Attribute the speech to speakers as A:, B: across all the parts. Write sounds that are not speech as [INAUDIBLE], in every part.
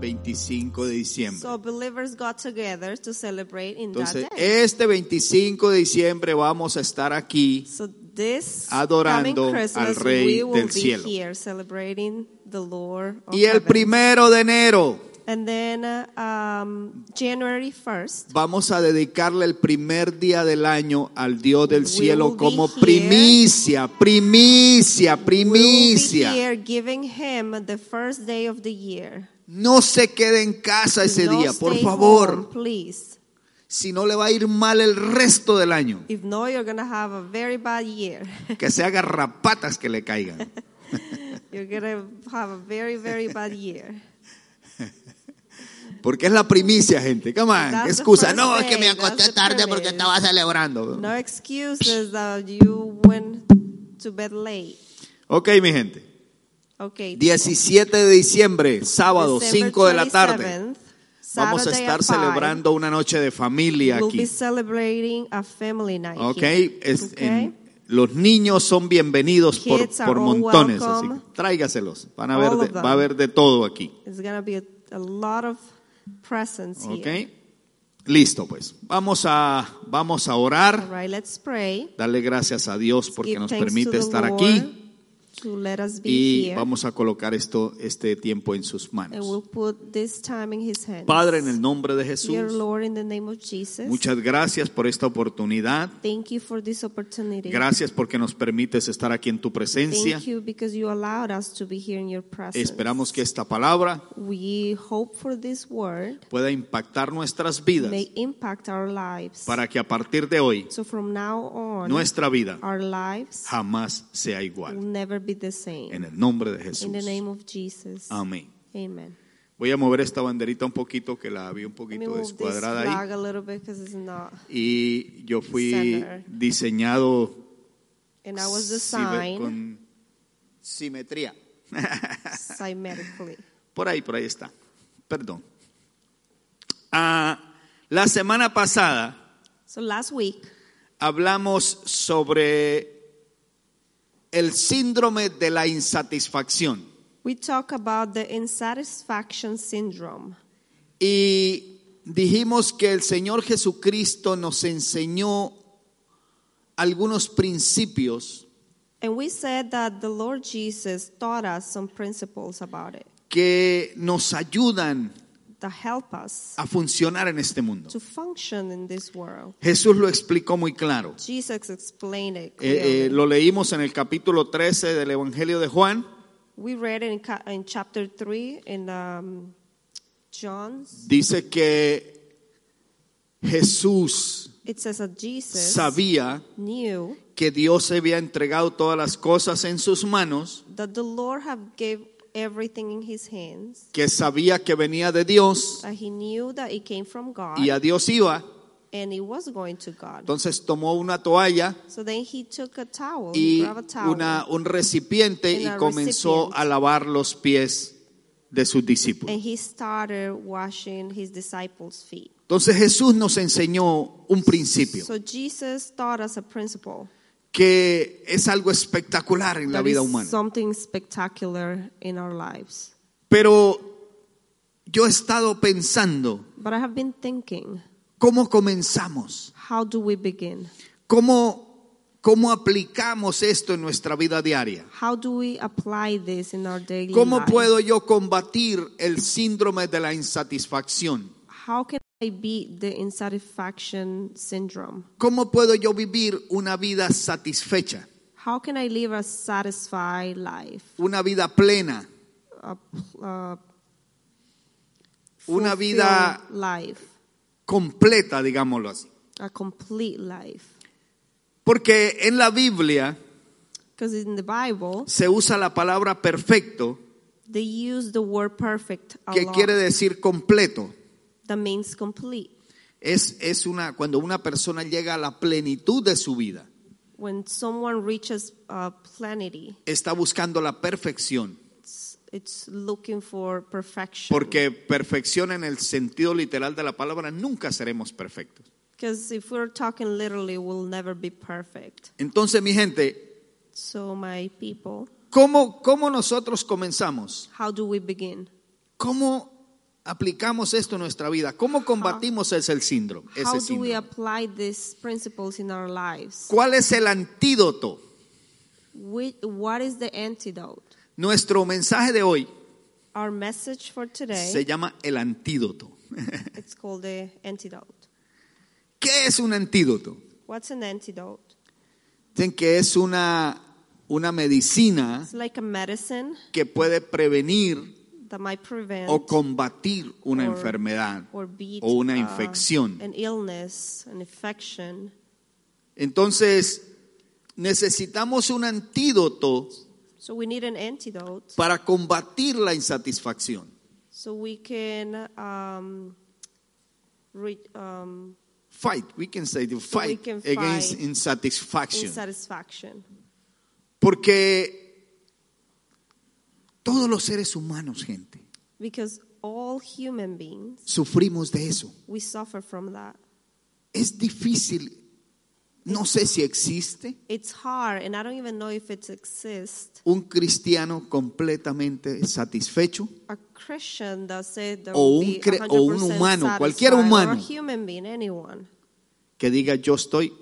A: 25 de diciembre.
B: So believers got together to celebrate in
A: Entonces,
B: that day.
A: este 25 de diciembre vamos a estar aquí
B: So this
A: adorando
B: coming Christmas,
A: al Rey
B: we will
A: del
B: be
A: cielo.
B: here celebrating the Lord of
A: y el
B: heaven.
A: primero de enero
B: And then uh, um, January 1st,
A: vamos a dedicarle el primer día del año al Dios del
B: We
A: cielo
B: will be
A: como
B: here.
A: primicia, primicia,
B: we will be
A: primicia.
B: here giving him the first day of the year.
A: No se quede en casa ese
B: No
A: día, por
B: stay home,
A: favor,
B: please.
A: si no le va a ir mal el resto del
B: [LAUGHS]
A: año.
B: If no, you're going to have a very bad year. [LAUGHS]
A: Que se haga rapatas que le caigan.
B: you're going to have a very, very bad year.
A: Porque es la primicia, gente. Come on,
B: That's
A: qué
B: the
A: excusa.
B: first
A: No, es
B: day,
A: que me
B: that's
A: acosté
B: the
A: tarde porque
B: premise.
A: estaba celebrando.
B: No excuses that you went to bed late.
A: Ok, mi gente.
B: Okay.
A: 17 de diciembre, sábado,
B: December
A: 5 de la tarde.
B: 27th,
A: Vamos a
B: Saturday
A: estar
B: at five,
A: celebrando una noche de familia
B: We'll be
A: aquí.
B: celebrating a family night.
A: Ok,
B: here.
A: es-
B: Okay?
A: en- los niños son bienvenidos por,
B: Kids are
A: por
B: all
A: montones. Así
B: welcome.
A: que tráigaselos. Van a
B: All
A: ver de-
B: of them.
A: va a haber de todo aquí.
B: It's going to be a, a lot of presence
A: Ok,
B: here.
A: listo pues. Vamos a, vamos a
B: All
A: orar,
B: right, let's pray.
A: darle gracias a Dios porque
B: Give
A: nos
B: thanks to
A: permite
B: the
A: estar
B: Lord
A: aquí.
B: To let us be
A: y
B: here.
A: vamos a colocar esto este tiempo en sus
B: and we'll
A: manos.
B: put this time in his hands.
A: Padre, en el nombre de
B: Dear
A: Jesús,
B: Lord, in the name of Jesus,
A: muchas gracias por esta oportunidad.
B: thank you for this opportunity.
A: Gracias porque nos permites estar aquí en tu presencia.
B: Thank you because you allowed us to be here in your presence.
A: Esperamos que esta palabra
B: we hope for this word
A: pueda impactar nuestras vidas
B: may impact our lives.
A: para que a partir de hoy
B: so from now on,
A: nuestra vida
B: our lives
A: jamás sea
B: will
A: igual.
B: never be the same.
A: En el nombre de
B: in
A: Jesús.
B: the name of Jesus.
A: Amén.
B: Amen.
A: Voy a mover esta banderita un poquito que la vi un
B: Let me
A: poquito
B: move this
A: descuadrada ahí.
B: flag a little bit because it's not.
A: Y yo fui
B: Center.
A: diseñado
B: And I was
A: Cibe-
B: designed
A: con simetría.
B: symmetrically.
A: Por ahí, por ahí está. Perdón. Ah, la semana pasada
B: So last week
A: hablamos sobre el síndrome de la insatisfacción
B: we talked about the insatisfaction syndrome.
A: y dijimos que el Señor Jesucristo nos enseñó algunos principios
B: And we said that the Lord Jesus taught us some principles about it
A: que nos ayudan
B: that help us
A: a funcionar en este mundo.
B: to function in this world.
A: Jesús lo explicó muy claro.
B: Jesus explained it.
A: Eh, eh,
B: clearly.
A: lo leímos en el capítulo 13 del Evangelio de Juan.
B: we read it in, ca- in chapter 3 in um, John's.
A: Dice que Jesús
B: It says that Jesus
A: sabía
B: knew
A: que Dios se había entregado todas las cosas en sus manos,
B: that the Lord have gave everything in his hands.
A: que sabía que venía de Dios
B: That he knew that it came from God
A: y a Dios iba.
B: and it was going to God.
A: Entonces tomó una toalla
B: So then he took a towel, he
A: y
B: grabbed a towel,
A: una- un recipiente
B: And
A: y
B: a
A: comenzó
B: recipient.
A: a lavar los pies de sus discípulos.
B: and he started washing his disciples' feet.
A: Entonces Jesús nos enseñó un principio
B: So Jesus taught us a principle
A: que es algo espectacular en la
B: that
A: vida
B: is
A: humana.
B: something spectacular in our lives.
A: Pero yo he estado pensando
B: But I have been thinking,
A: cómo comenzamos,
B: how do we begin?
A: cómo, cómo aplicamos esto en nuestra vida diaria.
B: How do we apply this in our daily
A: ¿Cómo
B: life?
A: puedo yo combatir el síndrome de la insatisfacción?
B: How can I beat the insatisfaction syndrome?
A: ¿Cómo puedo yo vivir una vida satisfecha,
B: How can I live a satisfied life?
A: una vida plena,
B: A, pl- a
A: una
B: fulfilled
A: vida
B: life,
A: completa, digámoslo así?
B: a complete life.
A: Porque en la Biblia
B: Because in the Bible,
A: se usa la palabra perfecto,
B: they use the word perfect a
A: que
B: lot.
A: quiere decir completo.
B: that means complete.
A: Es, es una, cuando una persona llega a la plenitud de su vida,
B: When someone reaches uh, plenity,
A: está buscando la perfección,
B: it's, it's looking for perfection.
A: porque perfección en el sentido literal de la palabra nunca seremos perfectos.
B: Because if we're talking literally, we'll never be perfect.
A: Entonces, mi gente,
B: So, my people,
A: ¿cómo, cómo nosotros comenzamos?
B: how do we begin?
A: ¿Cómo aplicamos esto en nuestra vida? ¿Cómo combatimos ese síndrome?
B: How
A: Ese
B: do we
A: síndrome?
B: apply these principles in our lives?
A: ¿Cuál es el antídoto?
B: Which, what is the antidote?
A: Nuestro mensaje de hoy
B: Our message for
A: se
B: today
A: llama el antídoto. [LAUGHS]
B: it's called the antidote.
A: ¿Qué es un antídoto?
B: What's an antidote?
A: Dicen que es una, una medicina
B: It's like a medicine
A: que puede prevenir
B: that might prevent
A: o combatir una
B: Or-
A: enfermedad
B: or beat
A: o una
B: uh,
A: infección.
B: an illness, an infection.
A: Entonces, necesitamos un antídoto
B: So we need an antidote
A: para combatir la insatisfacción.
B: so we can um, re, um,
A: Fight, we can say the
B: So we
A: fight
B: can
A: against
B: fight
A: insatisfaction.
B: insatisfaction.
A: Porque todos los seres humanos, gente,
B: Because all human beings,
A: sufrimos de eso.
B: we suffer from that.
A: Es difícil, no sé si existe
B: It's hard, and I don't even know if it exists.
A: un cristiano completamente satisfecho
B: A Christian that said there
A: O
B: will
A: un
B: be
A: cre- o un
B: 100%
A: humano, cualquier
B: satisfied, or a
A: humano.
B: human being, anyone
A: que diga yo estoy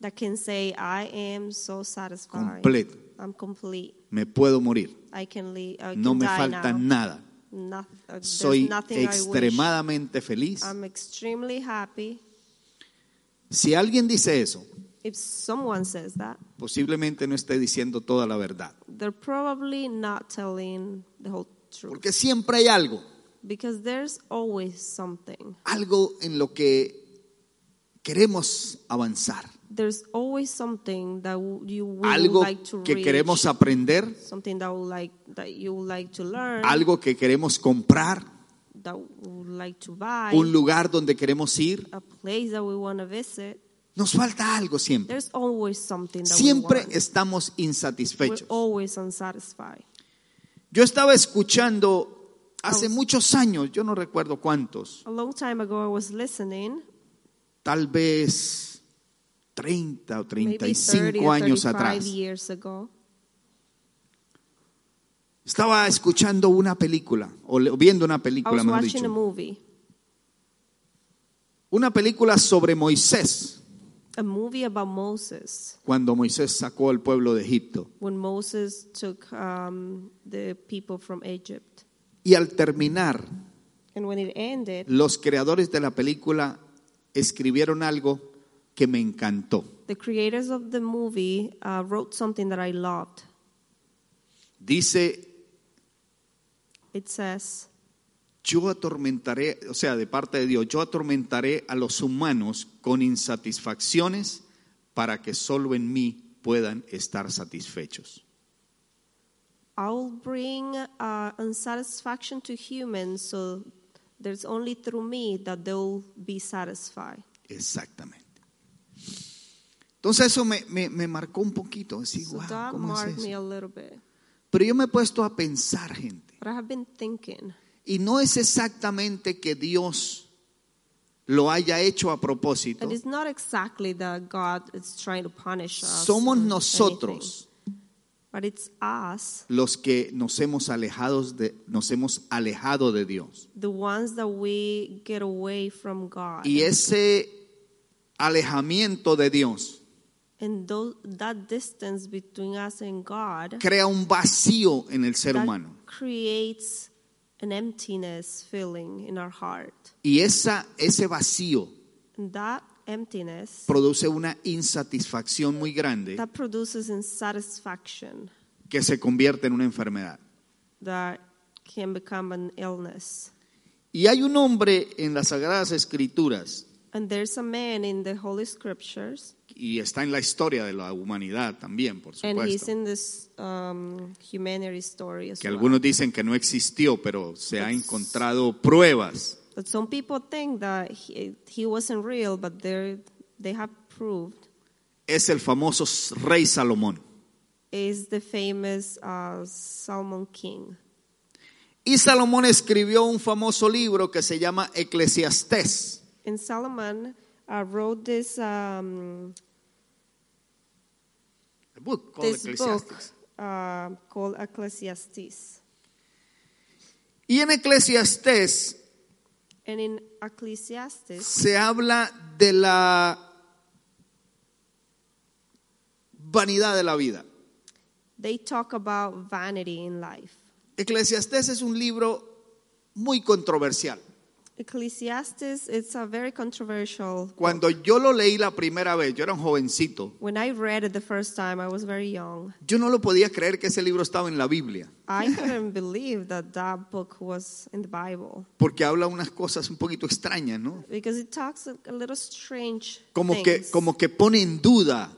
B: that can say, "I am so satisfied.
A: completo,
B: I'm complete.
A: me puedo morir,
B: I can leave. I
A: no
B: can
A: me
B: die
A: falta
B: now.
A: nada,
B: Noth- uh, there's
A: soy
B: nothing I
A: extremadamente feliz.
B: wish. I'm extremely happy.
A: Si alguien dice eso,
B: If someone says that,
A: posiblemente no esté diciendo toda la verdad,
B: they're probably not telling the whole truth
A: porque siempre hay algo,
B: because there's always something.
A: algo en lo que queremos avanzar,
B: There's always something that w- you would
A: algo
B: like to
A: que
B: reach,
A: queremos aprender,
B: something that would like that you would like to learn,
A: algo que queremos comprar,
B: that would like to buy,
A: un lugar donde queremos ir.
B: a place that we want to visit.
A: Nos falta algo siempre.
B: There's always something that
A: Siempre
B: we want.
A: estamos
B: We're
A: insatisfechos.
B: always unsatisfied.
A: Yo estaba escuchando hace
B: Oh.
A: muchos años, yo no recuerdo cuántos,
B: A long time ago, I was listening,
A: tal vez 30 o
B: maybe 30
A: 35
B: or
A: años
B: 35
A: atrás.
B: years ago.
A: Estaba escuchando una película, o le- viendo una
B: I
A: película,
B: was
A: mejor
B: watching a
A: dicho.
B: movie,
A: Una película sobre Moisés,
B: a movie about Moses.
A: cuando Moisés sacó al pueblo de Egipto.
B: when Moses took um, the people from Egypt.
A: Y al terminar,
B: And when it ended,
A: los creadores de la película escribieron algo que me encantó.
B: the creators of the movie uh, wrote something that I loved.
A: Dice
B: It says,
A: yo atormentaré, o sea, de parte de Dios, yo atormentaré a los humanos con insatisfacciones para que solo en mí puedan estar satisfechos.
B: I will bring uh, unsatisfaction to humans, so there's only through me that they'll be satisfied.
A: Exactamente. Entonces eso me, me- me marcó un poquito, así,
B: So
A: "Guau,
B: that
A: ¿cómo es
B: marked
A: eso?".
B: me a little bit.
A: Pero yo me he puesto a pensar, gente,
B: But I have been thinking,
A: y no es exactamente que Dios lo haya hecho a propósito.
B: and it's not exactly that God is trying to punish us. or
A: Somos
B: anything,
A: nosotros
B: but it's us
A: los que nos hemos alejados de, nos hemos alejado de Dios.
B: the ones that we get away from God.
A: Y ese alejamiento de Dios
B: And tho- that distance between us and God
A: crea un vacío en el ser
B: that
A: humano.
B: creates an emptiness feeling in our heart.
A: Y esa, ese vacío
B: And that emptiness
A: produce una insatisfacción muy grande
B: that produces insatisfaction
A: que se convierte en una enfermedad.
B: that can become an illness.
A: Y hay un hombre en las Sagradas Escrituras,
B: And there's a man in the Holy Scriptures,
A: y está en la historia de la humanidad también, por
B: and he's
A: supuesto,
B: in this um, humanity story as
A: que
B: well.
A: algunos dicen que no existió, pero se ha encontrado pruebas.
B: But some people think that he, he wasn't real, but they they have proved
A: Es el famoso rey Salomón.
B: is the famous uh, Solomon King.
A: Y Salomón escribió un famoso libro que se llama Eclesiastés.
B: And Solomon uh, wrote this um,
A: The book called
B: this book
A: Ecclesiastes.
B: uh, called Ecclesiastes.
A: Y en Eclesiastés
B: And in Ecclesiastes,
A: se habla de la vanidad de la vida.
B: they talk about vanity in life.
A: Eclesiastés es un libro muy controversial.
B: Ecclesiastes, it's a very controversial.
A: Cuando yo lo leí la primera vez, yo era un jovencito,
B: When I read it the first time, I was very young.
A: yo no lo podía creer que ese libro estaba en la Biblia, [LAUGHS]
B: I couldn't believe that that book was in the Bible
A: porque habla unas cosas un poquito extrañas, ¿no?
B: because it talks a, a little strange
A: Como que,
B: things.
A: como que pone en duda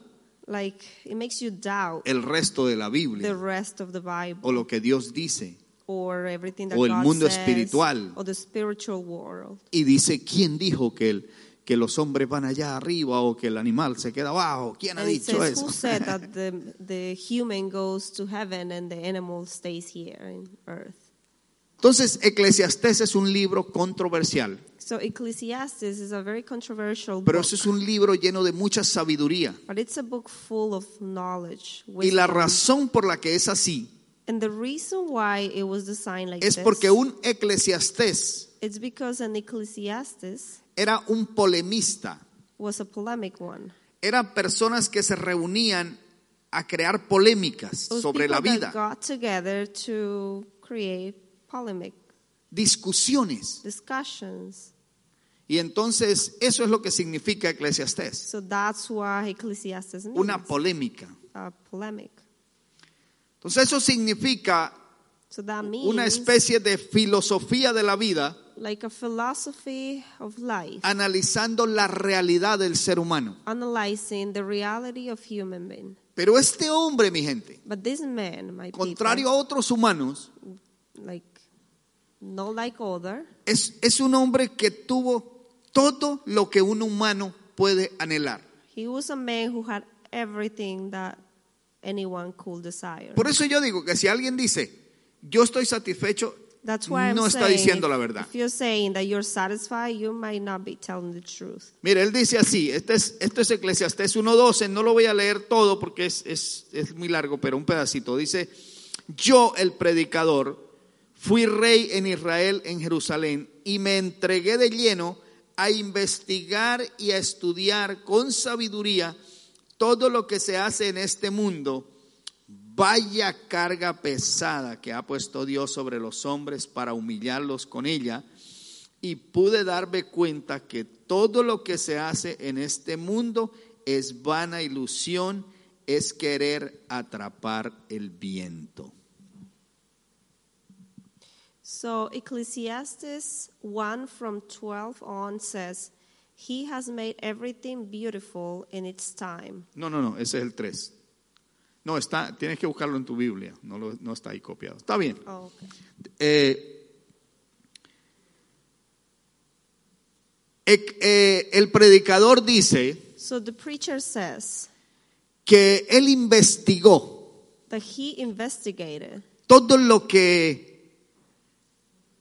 B: like it makes you doubt
A: el resto de la
B: the
A: Biblia,
B: rest of the Bible
A: o lo que Dios dice.
B: or everything that
A: o el
B: God
A: mundo
B: says,
A: espiritual.
B: or the spiritual world.
A: Y dice, ¿quién dijo que, el, que los hombres van allá arriba o que el animal se queda abajo? ¿Quién ha
B: And it
A: dicho
B: says,
A: eso? [LAUGHS]
B: who said that the, the human goes to heaven and the animal stays here in earth?
A: Entonces, Eclesiastés es un libro controversial,
B: So Ecclesiastes is a very controversial
A: pero
B: book,
A: eso es un libro lleno de mucha sabiduría.
B: but it's a book full of knowledge.
A: Y la
B: wisdom.
A: razón por la que es así
B: and the reason why it was designed like
A: es
B: this,
A: porque un Eclesiastés
B: it's because an Ecclesiastes
A: era un polemista.
B: was a polemic one.
A: Eran personas que se reunían a crear polémicas
B: It was
A: sobre la
B: people that
A: vida,
B: got together to create polemic
A: discusiones.
B: discussions.
A: Y entonces eso es lo que significa Eclesiastés,
B: So that's why Ecclesiastes means
A: una polémica.
B: a polemic.
A: Entonces eso significa
B: So that
A: una
B: means
A: especie de filosofía de la vida
B: like a philosophy of life,
A: analizando la realidad del ser humano.
B: analyzing the reality of human being.
A: Pero este hombre, mi gente,
B: But this man, my
A: contrario a otros humanos,
B: people, like no like other,
A: es, es un hombre que tuvo todo lo que un humano puede anhelar.
B: he was a man who had everything that anyone could desire.
A: Por eso yo digo que si alguien dice, yo estoy satisfecho,
B: That's why
A: no
B: I'm
A: está
B: saying,
A: diciendo la
B: if-
A: verdad.
B: If you're saying that you're satisfied, you might not be telling the truth.
A: Mire, él dice así, este es, esto es Eclesiastés 1.12, no lo voy a leer todo porque es, es- es muy largo, pero un pedacito. Dice, yo el predicador fui rey en Israel, en Jerusalén, y me entregué de lleno a investigar y a estudiar con sabiduría todo lo que se hace en este mundo. Vaya carga pesada que ha puesto Dios sobre los hombres para humillarlos con ella y pude darme cuenta que todo lo que se hace en este mundo es vana ilusión, es querer atrapar el viento.
B: So Ecclesiastes 1 from 12 on says, He has made everything beautiful in its time.
A: No, no, no, ese es el 3. No, está, tienes que buscarlo en tu Biblia, no, lo- no está ahí copiado. Está bien.
B: Oh, okay.
A: Eh, ec- eh, el predicador dice
B: So the preacher says
A: que él investigó
B: that he investigated
A: todo lo que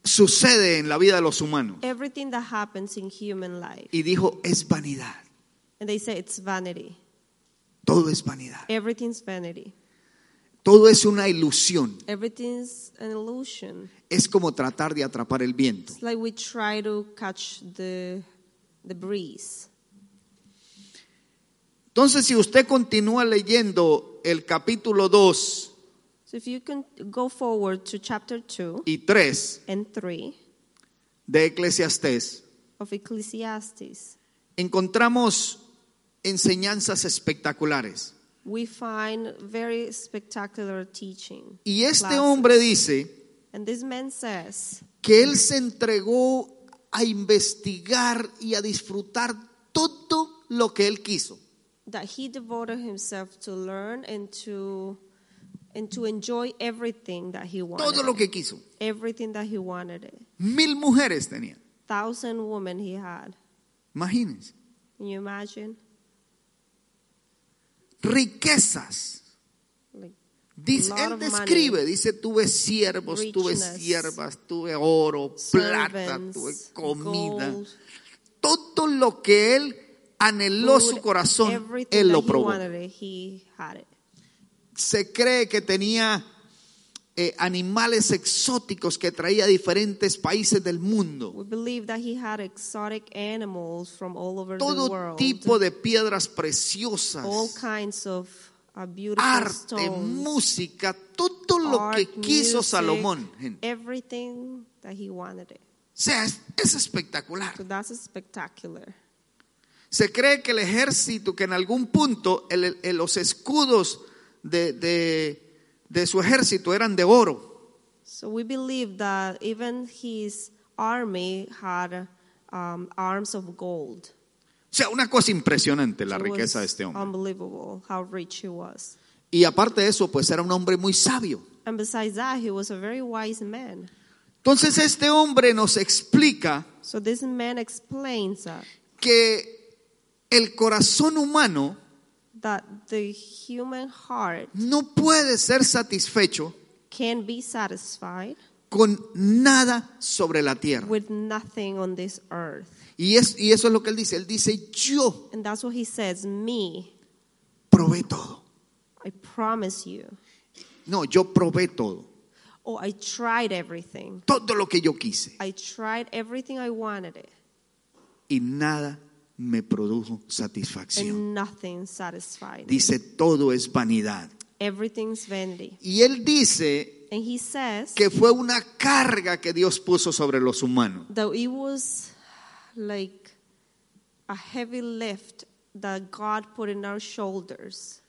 A: sucede en la vida de los humanos.
B: everything that happens in human life.
A: Y dijo, es vanidad,
B: And they say it's vanity.
A: todo es vanidad,
B: Everything's vanity.
A: todo es una ilusión,
B: Everything's an illusion.
A: es como tratar de atrapar el viento.
B: It's like we try to catch the, the breeze.
A: Entonces, si usted continúa leyendo el capítulo 2
B: So if you can go forward to chapter 2
A: y 3
B: and 3
A: de Eclesiastés,
B: of Ecclesiastes,
A: encontramos enseñanzas espectaculares.
B: we find very spectacular teaching.
A: Y este
B: classes.
A: hombre dice
B: And this man says
A: que él se entregó a investigar y a disfrutar todo lo que él quiso.
B: that he devoted himself to learn and to and to enjoy everything that he wanted.
A: Todo lo que quiso.
B: everything that he wanted. it.
A: Mil mujeres tenía.
B: Thousand women he had.
A: Imagínense.
B: Can you imagine?
A: Riquezas.
B: Like
A: Dice,
B: Lot
A: él
B: of money.
A: describe, dice, tuve siervos, tuve
B: Richness.
A: siervas, tuve oro, plata,
B: servants,
A: tuve comida.
B: gold,
A: Todo lo que él anheló
B: food,
A: su corazón,
B: everything
A: él lo
B: that he
A: probó.
B: wanted, it, he had it.
A: Se cree que tenía eh, animales exóticos que traía de diferentes países del mundo.
B: We believe that he had exotic animals from all over the
A: Todo
B: world.
A: tipo de piedras
B: all
A: preciosas,
B: kinds of uh, beautiful
A: arte,
B: stones,
A: música, todo lo que
B: art,
A: quiso
B: music,
A: Salomón. gente.
B: Everything that he wanted. It.
A: O sea, es, es espectacular.
B: So that's spectacular.
A: Se cree que el ejército, que en algún punto el- el- los escudos de, de- de su ejército eran de oro.
B: So we believe that even his army had um, arms of gold.
A: O sea, una cosa impresionante la
B: It was
A: riqueza de este hombre.
B: Unbelievable how rich he was.
A: Y aparte de eso, pues era un hombre muy sabio.
B: And besides that, he was a very wise man.
A: Entonces este hombre nos explica
B: So this man explains that,
A: que el corazón humano
B: that the human heart
A: no puede ser satisfecho
B: can be satisfied
A: con nada sobre la tierra.
B: with nothing on this earth.
A: Y, es, y eso es lo que él dice. Él dice, yo
B: And that's what he says, me,
A: probé todo.
B: I promise you.
A: No, yo probé todo.
B: Oh, I tried everything.
A: Todo lo que yo quise.
B: I tried everything I wanted it.
A: y nada me produjo satisfacción.
B: and nothing satisfied. me.
A: Dice, todo es vanidad.
B: Everything's vanity.
A: Y él dice
B: And he says
A: que fue una carga que Dios puso sobre los humanos.
B: that it was like a heavy lift that God put in our shoulders.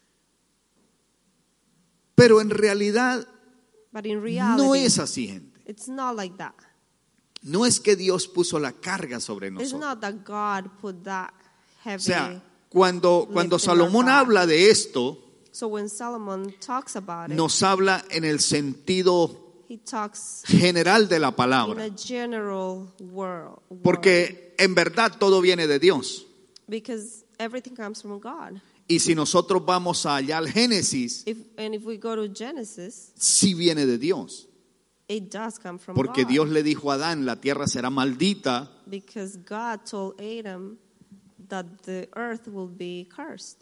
A: Pero en realidad
B: But in reality,
A: no es así, gente.
B: it's not like that.
A: No es que Dios puso la carga sobre
B: It's
A: nosotros.
B: not that God put that
A: O
B: heavy.
A: sea, cuando, cuando
B: Lift in our
A: Salomón
B: God.
A: habla de esto,
B: so when Solomon talks about it,
A: nos habla en el sentido
B: he talks
A: general de la
B: in a
A: palabra.
B: general world.
A: Porque en verdad todo viene de Dios.
B: because everything comes from God.
A: Y si nosotros vamos allá al Génesis,
B: If, and if we go to Genesis,
A: sí viene de Dios.
B: it does come from
A: Porque
B: God.
A: Dios le dijo a Adán, la tierra será maldita.
B: Because God told Adam that the earth will be cursed.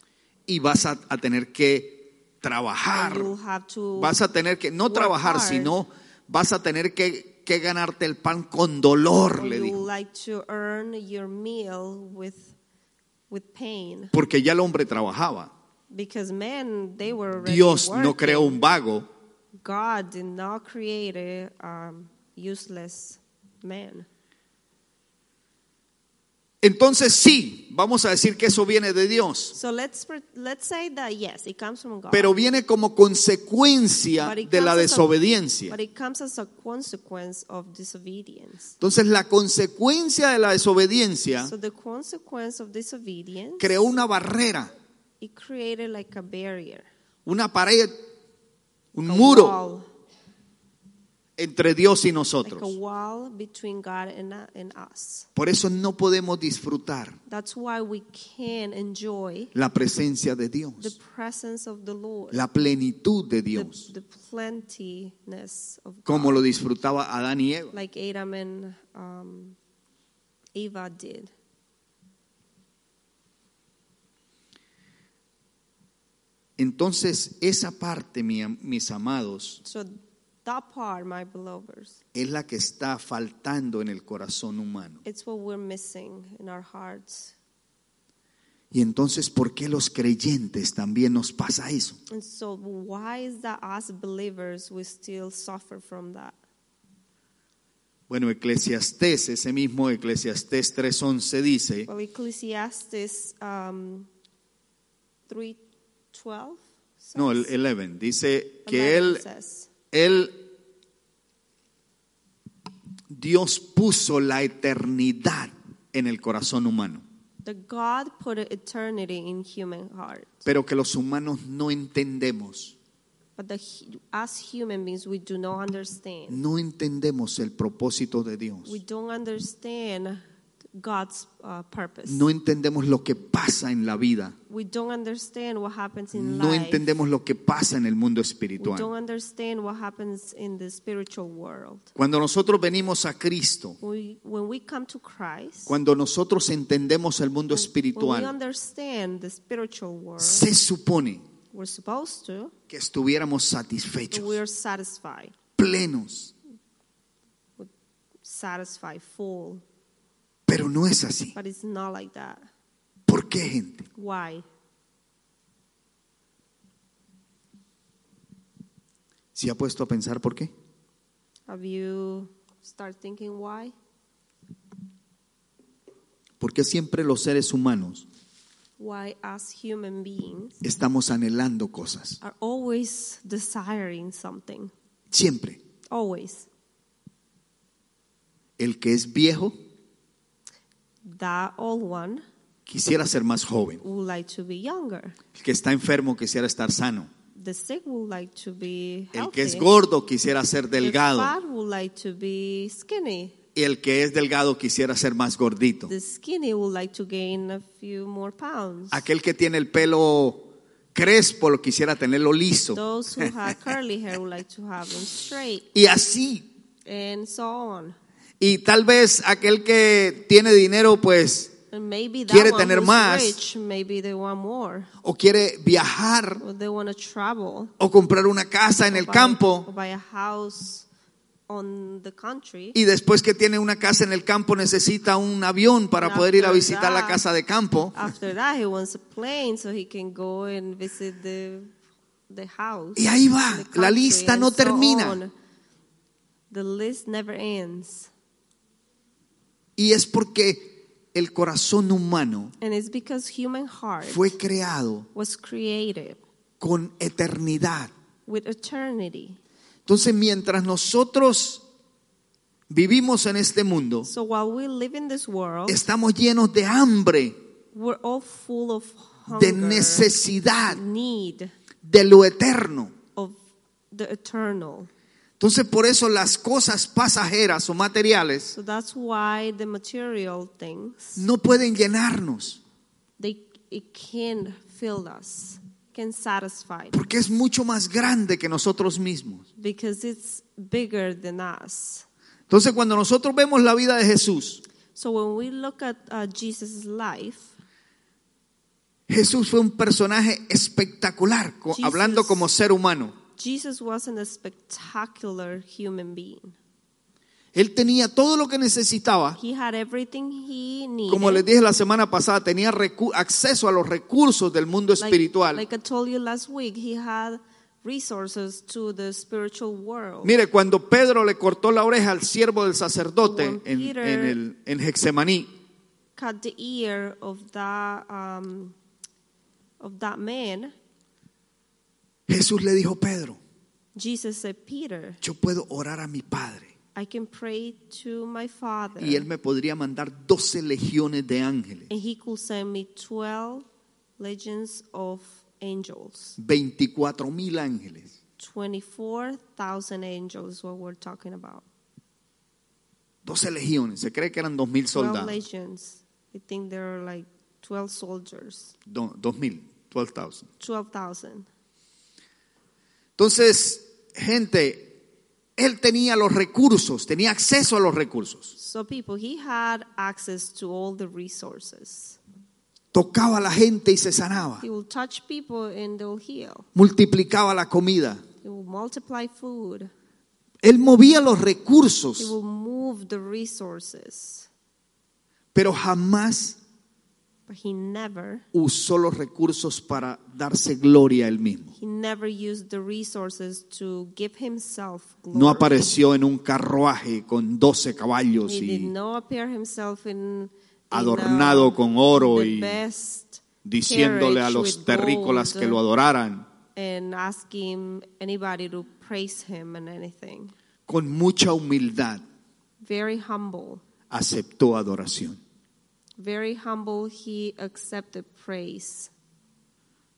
A: y vas a, a tener que
B: And
A: trabajar.
B: you'll have to
A: Vas a tener que, no
B: work
A: trabajar,
B: hard.
A: sino vas a tener que, que ganarte el pan con dolor,
B: or
A: le
B: you'll
A: dijo.
B: like to earn your meal with with pain.
A: Porque ya el hombre trabajaba.
B: Because men they were already
A: Dios no
B: working.
A: creó un vago.
B: God did not create a um, useless man.
A: Entonces sí, vamos a decir que eso viene de Dios,
B: So let's pre- let's say that yes, it comes from God.
A: pero viene como consecuencia
B: But it
A: de la
B: comes as a-
A: desobediencia.
B: But it comes as a consequence of disobedience.
A: Entonces la consecuencia de la desobediencia
B: So the consequence of disobedience
A: creó una barrera,
B: it created like a barrier,
A: una pared, un
B: a
A: muro
B: wall,
A: entre Dios y
B: like a
A: nosotros.
B: wall between God and, and us.
A: Por eso no podemos disfrutar
B: That's why we can enjoy
A: la presencia de
B: the
A: Dios,
B: presence of the Lord,
A: la plenitud de
B: the,
A: Dios,
B: the plentiness of God,
A: como lo disfrutaba Adán y Eva.
B: like Adam and um, Eva did.
A: Entonces, esa parte, mi am- mis amados,
B: So that part, my beloveds,
A: es la que está faltando en el corazón humano.
B: it's what we're missing in our hearts.
A: Y entonces, ¿por qué los creyentes también nos pasa eso?
B: And so, why is that us believers we still suffer from that?
A: Bueno, Eclesiastés, ese mismo Eclesiastés 3.11 dice,
B: Well, Ecclesiastes um, 3.12 says-
A: no, el 11, dice que
B: 11
A: él
B: says,
A: Él, Dios puso la eternidad en el corazón humano,
B: that God put eternity in human heart.
A: pero que los humanos no entendemos,
B: But the, hu- as human beings, we do not understand.
A: no entendemos el propósito de Dios,
B: We don't understand God's uh, purpose.
A: no entendemos lo que pasa en la vida,
B: We don't understand what happens in
A: no
B: life.
A: entendemos lo que pasa en el mundo
B: We don't
A: espiritual.
B: understand what happens in the spiritual world.
A: Cuando nosotros venimos a Cristo,
B: We, when we come to Christ,
A: cuando nosotros entendemos el mundo
B: when we
A: espiritual,
B: understand the spiritual world,
A: se supone
B: we're supposed to,
A: que estuviéramos
B: we're
A: satisfechos,
B: satisfied.
A: plenos.
B: would satisfy full.
A: Pero no es así.
B: But it's not like that.
A: ¿Por qué, gente?
B: Why?
A: ¿Se ha puesto a pensar por qué?
B: Have you start thinking why?
A: Porque siempre los seres humanos
B: Why us human beings
A: estamos anhelando cosas.
B: are always desiring something.
A: Siempre.
B: Always.
A: El que es viejo
B: That old one
A: quisiera ser más joven.
B: would like to be younger.
A: El que está enfermo quisiera estar sano.
B: The sick would like to be
A: El que
B: healthy.
A: es gordo quisiera ser
B: The
A: delgado.
B: fat would like to be skinny.
A: Y el que es delgado quisiera ser más gordito.
B: The skinny would like to gain a few more pounds.
A: Aquel que tiene el pelo crespo lo quisiera tenerlo liso.
B: Those who have curly hair would like to have them straight,
A: Y así.
B: and so on.
A: Y tal vez aquel que tiene dinero, pues,
B: And maybe that
A: Quiere
B: one
A: tener
B: who's
A: más.
B: rich, maybe they want more,
A: o quiere viajar,
B: or they want to travel.
A: o comprar una casa en
B: or
A: el
B: buy- or
A: campo,
B: buy a house on the country.
A: y después que tiene una casa en el campo necesita un avión para poder ir a visitar la casa de campo.
B: After that, he wants a plane so he can go and visit the the house.
A: Y ahí va,
B: the
A: la
B: country,
A: lista
B: and
A: no
B: so
A: termina.
B: on. The list never ends,
A: Y es porque el corazón humano
B: and it's because human heart
A: fue creado
B: was created
A: con eternidad.
B: with eternity.
A: Entonces, mientras nosotros vivimos en este mundo,
B: So while we live in this world,
A: estamos llenos de hambre,
B: we're all full of
A: de
B: hunger,
A: necesidad,
B: need
A: de lo eterno.
B: of the eternal.
A: Entonces, por eso las cosas pasajeras o materiales
B: So that's why the material things
A: no pueden llenarnos,
B: they it can fill us, can satisfy,
A: porque es mucho más grande que nosotros mismos.
B: because it's bigger than us.
A: Entonces, cuando nosotros vemos la vida de Jesús,
B: So when we look at uh, Jesus' life,
A: Jesús fue un personaje espectacular, co-
B: Jesus.
A: hablando como ser humano.
B: Jesus wasn't a spectacular human being.
A: Él tenía todo lo que necesitaba.
B: He had everything he needed.
A: Como les dije la semana pasada, tenía recu- acceso a los recursos del mundo
B: Like-
A: espiritual.
B: Like, I told you last week, he had resources to the spiritual world.
A: Mire, cuando Pedro le cortó la oreja al siervo del sacerdote
B: When
A: en,
B: Peter-
A: en el, en Getsemaní,
B: Cut the ear of that um, of that man.
A: Jesús le dijo, Pedro,
B: Jesus said, Peter,
A: yo puedo orar a mi Padre.
B: I can pray to my Father,
A: y él me podría mandar 12 legiones de ángeles,
B: and He could send me twelve legions of angels.
A: 24 mil ángeles.
B: Twenty-four thousand angels is what we're talking about.
A: 12 legiones, se cree que eran 2 mil
B: Twelve
A: soldados.
B: legions. I think there are like twelve soldiers.
A: Do- 2 mil, 12,000.
B: Twelve thousand.
A: Entonces, gente, él tenía los recursos, tenía acceso a los recursos.
B: So people, he had access to all the resources.
A: Tocaba a la gente y se sanaba.
B: He will touch people and they'll heal.
A: Multiplicaba la comida.
B: He will multiply food.
A: Él movía los
B: He
A: recursos,
B: will move the resources.
A: pero jamás
B: But he never,
A: usó los recursos para darse gloria a él mismo.
B: he never used the resources to give himself glory.
A: No apareció en un carruaje con 12 caballos
B: He did
A: y
B: not appear himself in, in
A: adornado con oro
B: the
A: y
B: best
A: diciéndole a
B: carriage
A: los
B: with
A: terrícolas
B: gold
A: que lo adoraran.
B: and asking anybody to praise him and anything.
A: Con mucha humildad
B: Very humble.
A: aceptó adoración,
B: Very humble, he accepted praise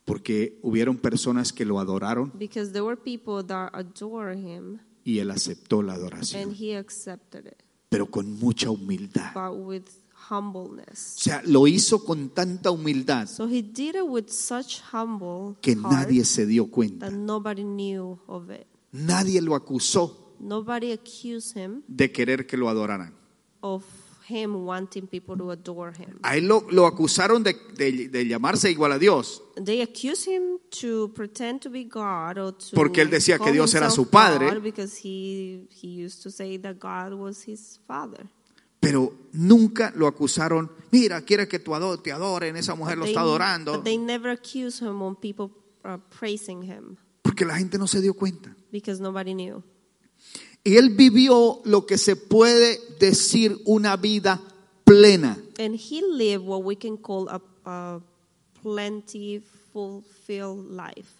A: porque hubieron personas que lo adoraron
B: because there were people that adore him
A: y él aceptó la
B: and
A: adoración,
B: he accepted it,
A: pero con mucha humildad. O
B: but with humbleness.
A: sea, lo hizo con tanta humildad
B: So he did it with such humble
A: que
B: heart
A: nadie se dio cuenta.
B: that nobody knew of it.
A: Nadie lo acusó
B: Nobody accused him
A: de querer que lo adoraran.
B: of him wanting people to adore him.
A: A él lo, lo acusaron de, de- de llamarse igual a Dios,
B: They accuse him to pretend to be God or to
A: Porque él decía que
B: call
A: Dios era
B: himself
A: su padre.
B: God because he he used to say that God was his father.
A: pero nunca lo acusaron. Mira, quiere que tú ado- te adoren, esa mujer lo
B: They-
A: está adorando.
B: But they never accuse him on people uh, praising him
A: Porque la gente no se dio cuenta.
B: because nobody knew.
A: Y él vivió lo que se puede decir una vida plena.
B: And he lived what we can call a, a plenty fulfilled life.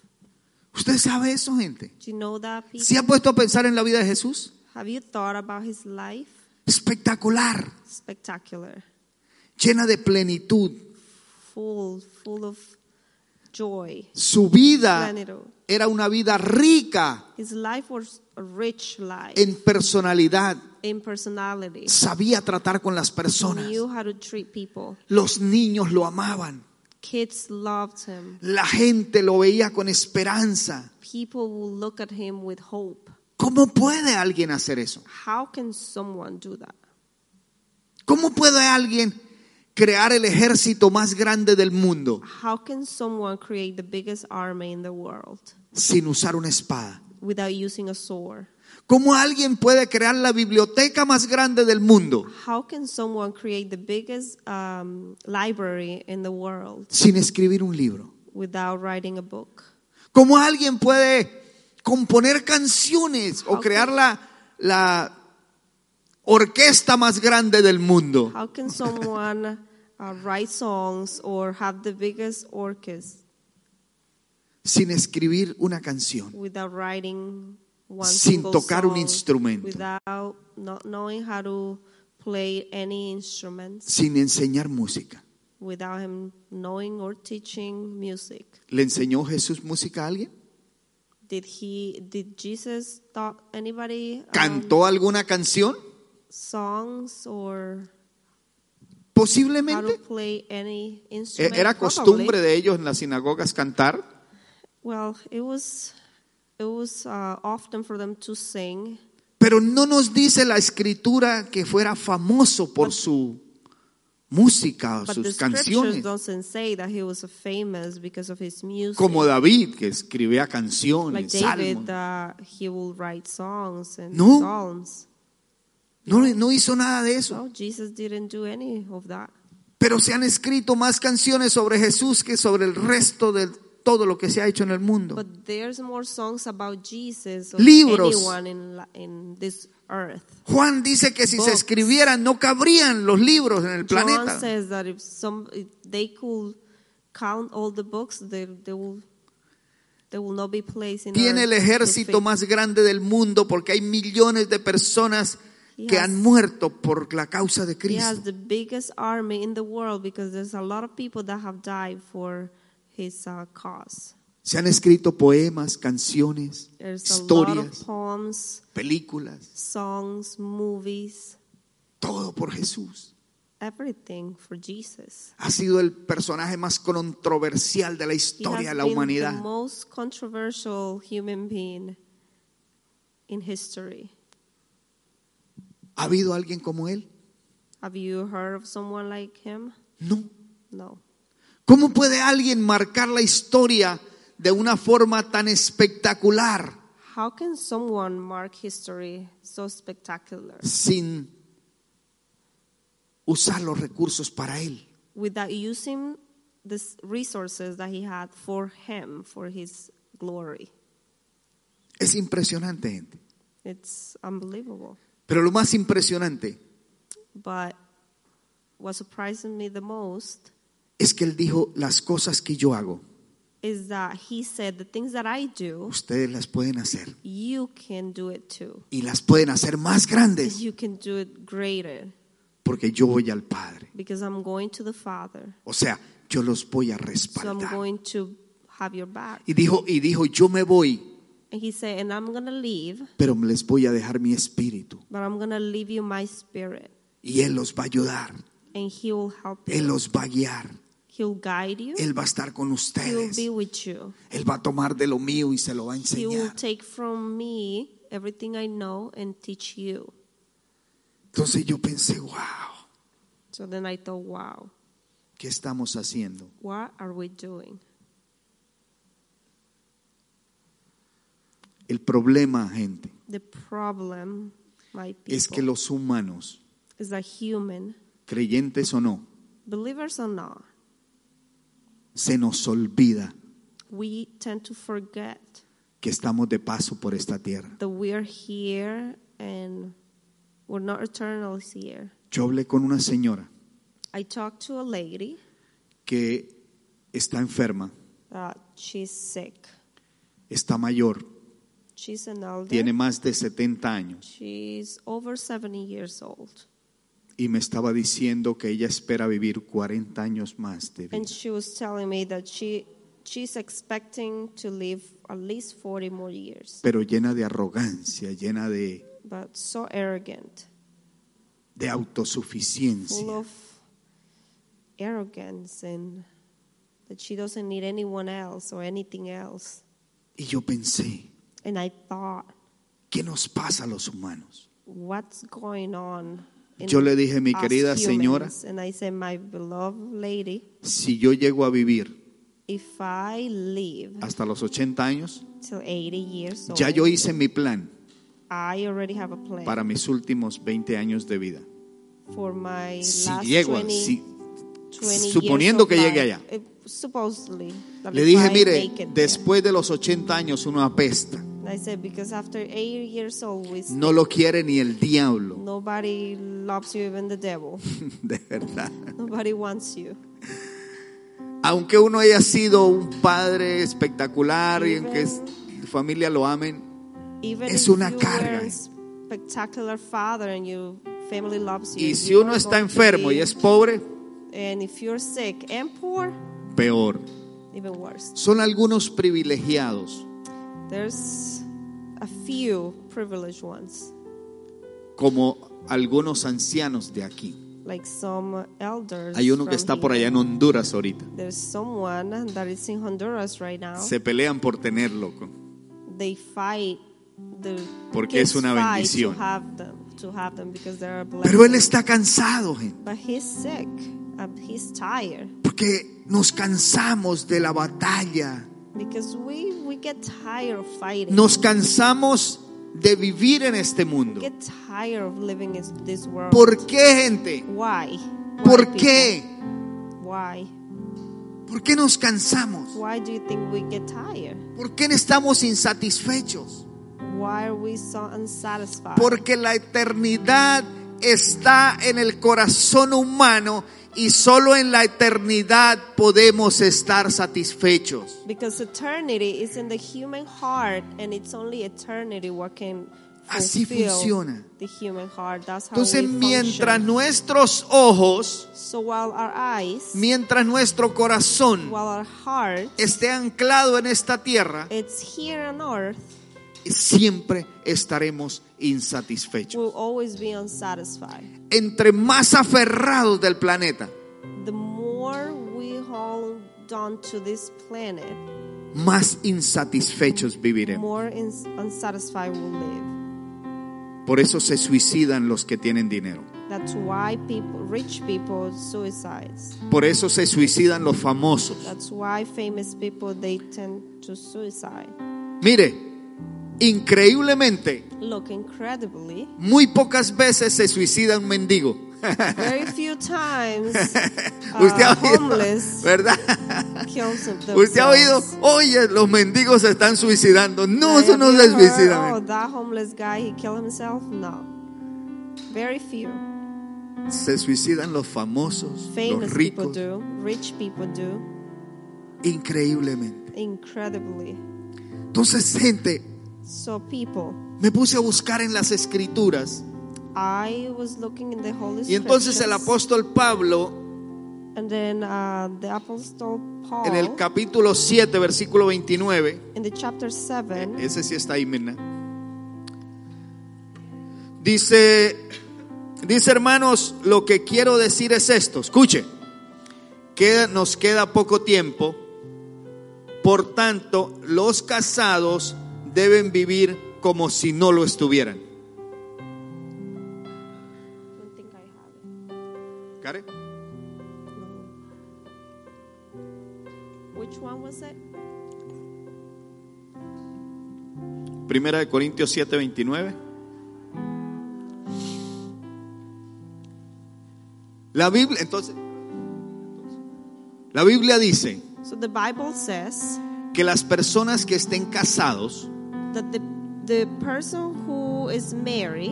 A: ¿Usted sabe eso, gente?
B: Do you know that, people?
A: ¿Se ha puesto a pensar en la vida de Jesús?
B: Have you thought about his life?
A: Espectacular,
B: Spectacular,
A: llena de plenitud.
B: full, full of joy.
A: Su vida
B: Plenitud.
A: era una vida rica
B: His life was a rich life
A: en personalidad.
B: in personality.
A: Sabía tratar con las personas.
B: He knew how to treat people.
A: Los niños lo amaban.
B: Kids loved him.
A: La gente lo veía con esperanza.
B: People will look at him with hope.
A: ¿Cómo puede alguien hacer eso?
B: How can someone do that?
A: ¿Cómo puede alguien crear el ejército más grande del mundo
B: How can someone create the biggest army in the world
A: sin usar una espada?
B: without using a sword?
A: ¿Cómo alguien puede crear la biblioteca más grande del mundo
B: How can someone create the biggest um, library in the world
A: sin escribir un libro?
B: without writing a book?
A: ¿Cómo alguien puede componer canciones o
B: How
A: crear la, la orquesta más grande del mundo
B: How can someone uh, write songs or have the biggest orchestra
A: sin escribir una canción?
B: without writing one
A: Sin
B: single
A: tocar un
B: song,
A: instrumento.
B: without not knowing how to play any instruments,
A: Sin enseñar música.
B: without him knowing or teaching music?
A: ¿Le enseñó Jesús música a alguien?
B: Did he? Did Jesus taught anybody um,
A: ¿Cantó alguna canción?
B: songs or how to
A: Posiblemente.
B: play any
A: E-
B: instrument?
A: Era
B: Probably.
A: costumbre de ellos en las sinagogas cantar.
B: Well, it was it was uh, often for them to sing.
A: Pero no nos dice la escritura que fuera famoso por su música o
B: But the
A: sus
B: scriptures
A: canciones.
B: doesn't say that he was famous because of his music.
A: Como David, que escribía
B: like
A: canciones, salmos.
B: David, uh, he will write songs and
A: No.
B: psalms.
A: No, no hizo nada de eso.
B: No, Jesus didn't do any of that.
A: Pero se han escrito más canciones sobre Jesús que sobre el resto de todo lo que se ha hecho en el mundo.
B: But there's more songs about Jesus or
A: Libros.
B: anyone in la- in this earth.
A: Juan dice que si se
B: Books.
A: escribieran no cabrían los libros en el
B: John
A: planeta.
B: says that if some if they could count all the books, they they will they will not be placed in.
A: Tiene el
B: earth to
A: ejército
B: fit.
A: más grande del mundo porque hay millones de personas que
B: Yes.
A: han muerto por la causa de
B: He has
A: Cristo.
B: the biggest army in the world because there's a lot of people that have died for his uh, cause.
A: Se han escrito poemas, canciones,
B: There's a lot
A: historias,
B: of poems,
A: películas,
B: songs, movies,
A: todo por Jesús.
B: everything for Jesus.
A: Ha sido el personaje más controversial de la
B: He
A: historia de
B: has
A: la
B: been
A: humanidad.
B: the most controversial human being in history.
A: ¿Ha habido alguien como él?
B: Have you heard of someone like him?
A: No.
B: No.
A: ¿Cómo puede alguien marcar la historia de una forma tan espectacular
B: How can someone mark history so spectacular
A: sin usar los recursos para él?
B: without using the s- resources that he had for him, for his glory.
A: Es impresionante, gente.
B: It's unbelievable.
A: Pero lo más impresionante
B: But what surprised me the most
A: es que él dijo, las cosas que yo hago,
B: is that he said, The things that I do,
A: ustedes las pueden hacer.
B: you can do it too.
A: Y las pueden hacer más grandes
B: You can do it greater
A: porque yo voy al Padre.
B: because I'm going to the Father.
A: O sea, yo los voy a
B: So I'm
A: respaldar.
B: going to have your back.
A: Y dijo, y dijo, yo me voy,
B: And he said, And I'm going to leave,
A: pero les voy a dejar mi espíritu.
B: but I'm going to leave you my spirit.
A: Y Él los va a ayudar,
B: And he will help
A: Él
B: you,
A: los va a guiar,
B: he'll guide you,
A: Él va a estar con
B: he'll
A: ustedes,
B: be with you.
A: Él va a tomar de lo mío y se lo va a
B: He will
A: enseñar.
B: take from me everything I know and teach you.
A: Entonces yo pensé, wow,
B: So then I thought, wow,
A: ¿Qué estamos haciendo?
B: what are we doing?
A: El problema, gente,
B: The problem, my people,
A: es que los humanos,
B: is that human,
A: creyentes o no,
B: believers or not,
A: se nos olvida
B: we tend to forget
A: que estamos de paso por esta tierra.
B: that we are here and we're not eternal here.
A: Yo hablé con una señora
B: I talked to a lady,
A: que está enferma,
B: uh, she's sick.
A: está mayor,
B: She's an elder.
A: tiene más de 70 años
B: She's over 70 years old.
A: y me estaba diciendo que ella espera vivir 40 años más de vida.
B: And she was telling me that she she's expecting to live at least 40 more years.
A: pero llena de arrogancia, llena de,
B: But so arrogant,
A: de
B: full
A: autosuficiencia.
B: of arrogance and that she doesn't need anyone else or anything else.
A: Y yo pensé,
B: And I thought,
A: ¿qué nos pasa a los humanos?
B: what's going on? in
A: Yo le dije, mi
B: us
A: querida señora,
B: humans?" and I said, my beloved lady,
A: si yo llego a vivir
B: if I live
A: hasta los 80 años,
B: till 80 years old,
A: ya yo hice mi plan
B: I already have a plan.
A: para mis últimos 20 años de vida.
B: for my
A: Si
B: last
A: llego, a-
B: 20,
A: si-
B: 20 years
A: suponiendo
B: of
A: que llegue
B: life.
A: allá.
B: Eh, supposedly, that
A: le
B: if
A: dije,
B: I
A: mire,
B: make it there.
A: después de los 80 años uno apesta.
B: And I said, because after eight years old, we s-
A: No lo quiere ni el diablo, [LAUGHS]
B: nobody loves you, even the devil. [LAUGHS]
A: de verdad.
B: nobody wants you.
A: Aunque uno haya sido un padre espectacular y en que
B: Even-
A: su familia lo amen,
B: Even
A: Es
B: if
A: una
B: you
A: carga. eh."
B: were a spectacular father and your family loves you.
A: Y
B: you
A: si uno
B: are
A: está
B: going to
A: enfermo
B: be-
A: y es pobre,
B: And if you're sick and poor,
A: peor.
B: even worse.
A: Son algunos privilegiados,
B: There's a few privileged ones,
A: como algunos ancianos de aquí.
B: like some elders.
A: Hay uno que
B: from
A: está
B: here.
A: por allá en Honduras ahorita.
B: There's someone that is in Honduras right now.
A: Se pelean por tenerlo.
B: They fight. The
A: Porque
B: kids
A: es una
B: fight
A: bendición.
B: To have them, to have them because they are blessed.
A: Pero él está cansado, gente,
B: But he's sick. and he's tired
A: porque nos cansamos de la batalla.
B: because we we get tired of fighting.
A: Nos cansamos de vivir en este mundo.
B: We get tired of living in this world.
A: ¿Por qué, gente?
B: Why? Why,
A: ¿Por
B: people?
A: qué?
B: Why?
A: ¿Por qué nos cansamos?
B: Why do you think we get tired?
A: ¿Por qué estamos insatisfechos?
B: Why are we so unsatisfied?
A: Porque la eternidad está en el corazón humano y solo en la eternidad podemos estar satisfechos.
B: Because eternity is in the human heart, and it's only eternity what can
A: Así
B: fulfill
A: funciona.
B: the human heart. That's how
A: Entonces,
B: we
A: mientras
B: function.
A: nuestros ojos,
B: So while our eyes,
A: mientras nuestro corazón
B: while our heart,
A: esté anclado en esta tierra,
B: it's here on earth,
A: siempre estaremos insatisfechos.
B: we'll always be unsatisfied.
A: Entre más aferrados del planeta,
B: The more we hold on to this planet,
A: más insatisfechos viviremos.
B: more ins- unsatisfied we'll live.
A: Por eso se suicidan los que tienen dinero.
B: That's why people, rich people, suicides.
A: Por eso se suicidan los famosos.
B: That's why famous people they tend to suicide.
A: Mire, increíblemente,
B: Look, incredibly,
A: muy pocas veces se suicida un mendigo. [LAUGHS]
B: very few times
A: Usted ha
B: uh,
A: oído,
B: homeless [LAUGHS]
A: ¿verdad? [LAUGHS]
B: kills themselves.
A: Usted ha oído, oye, los mendigos se están suicidando. No,
B: Have
A: eso no
B: you
A: se
B: heard,
A: suicida.
B: Oh,
A: men.
B: that homeless guy, he killed himself? No. Very few.
A: Se suicidan los famosos, los
B: Famous people
A: ricos,
B: do. Rich people do.
A: increíblemente.
B: Incredibly.
A: Entonces, gente,
B: So people,
A: me puse a buscar en las escrituras
B: I was looking in the Holy
A: y entonces el
B: Scriptures,
A: apóstol Pablo,
B: and then uh, the Apostle Paul
A: en el capítulo 7, versículo 29,
B: in the chapter 7
A: Ese sí está ahí, Mirna. Dice, dice hermanos, lo que quiero decir es esto. Escuche, que nos queda poco tiempo. Por tanto, los casados deben vivir como si no lo estuvieran.
B: don't think I have it.
A: ¿Care?
B: Which one was it?
A: Primera de Corintios 7:29. La Biblia, entonces, la Biblia dice
B: So the Bible says
A: que las personas que estén casados
B: that the, the person who is married,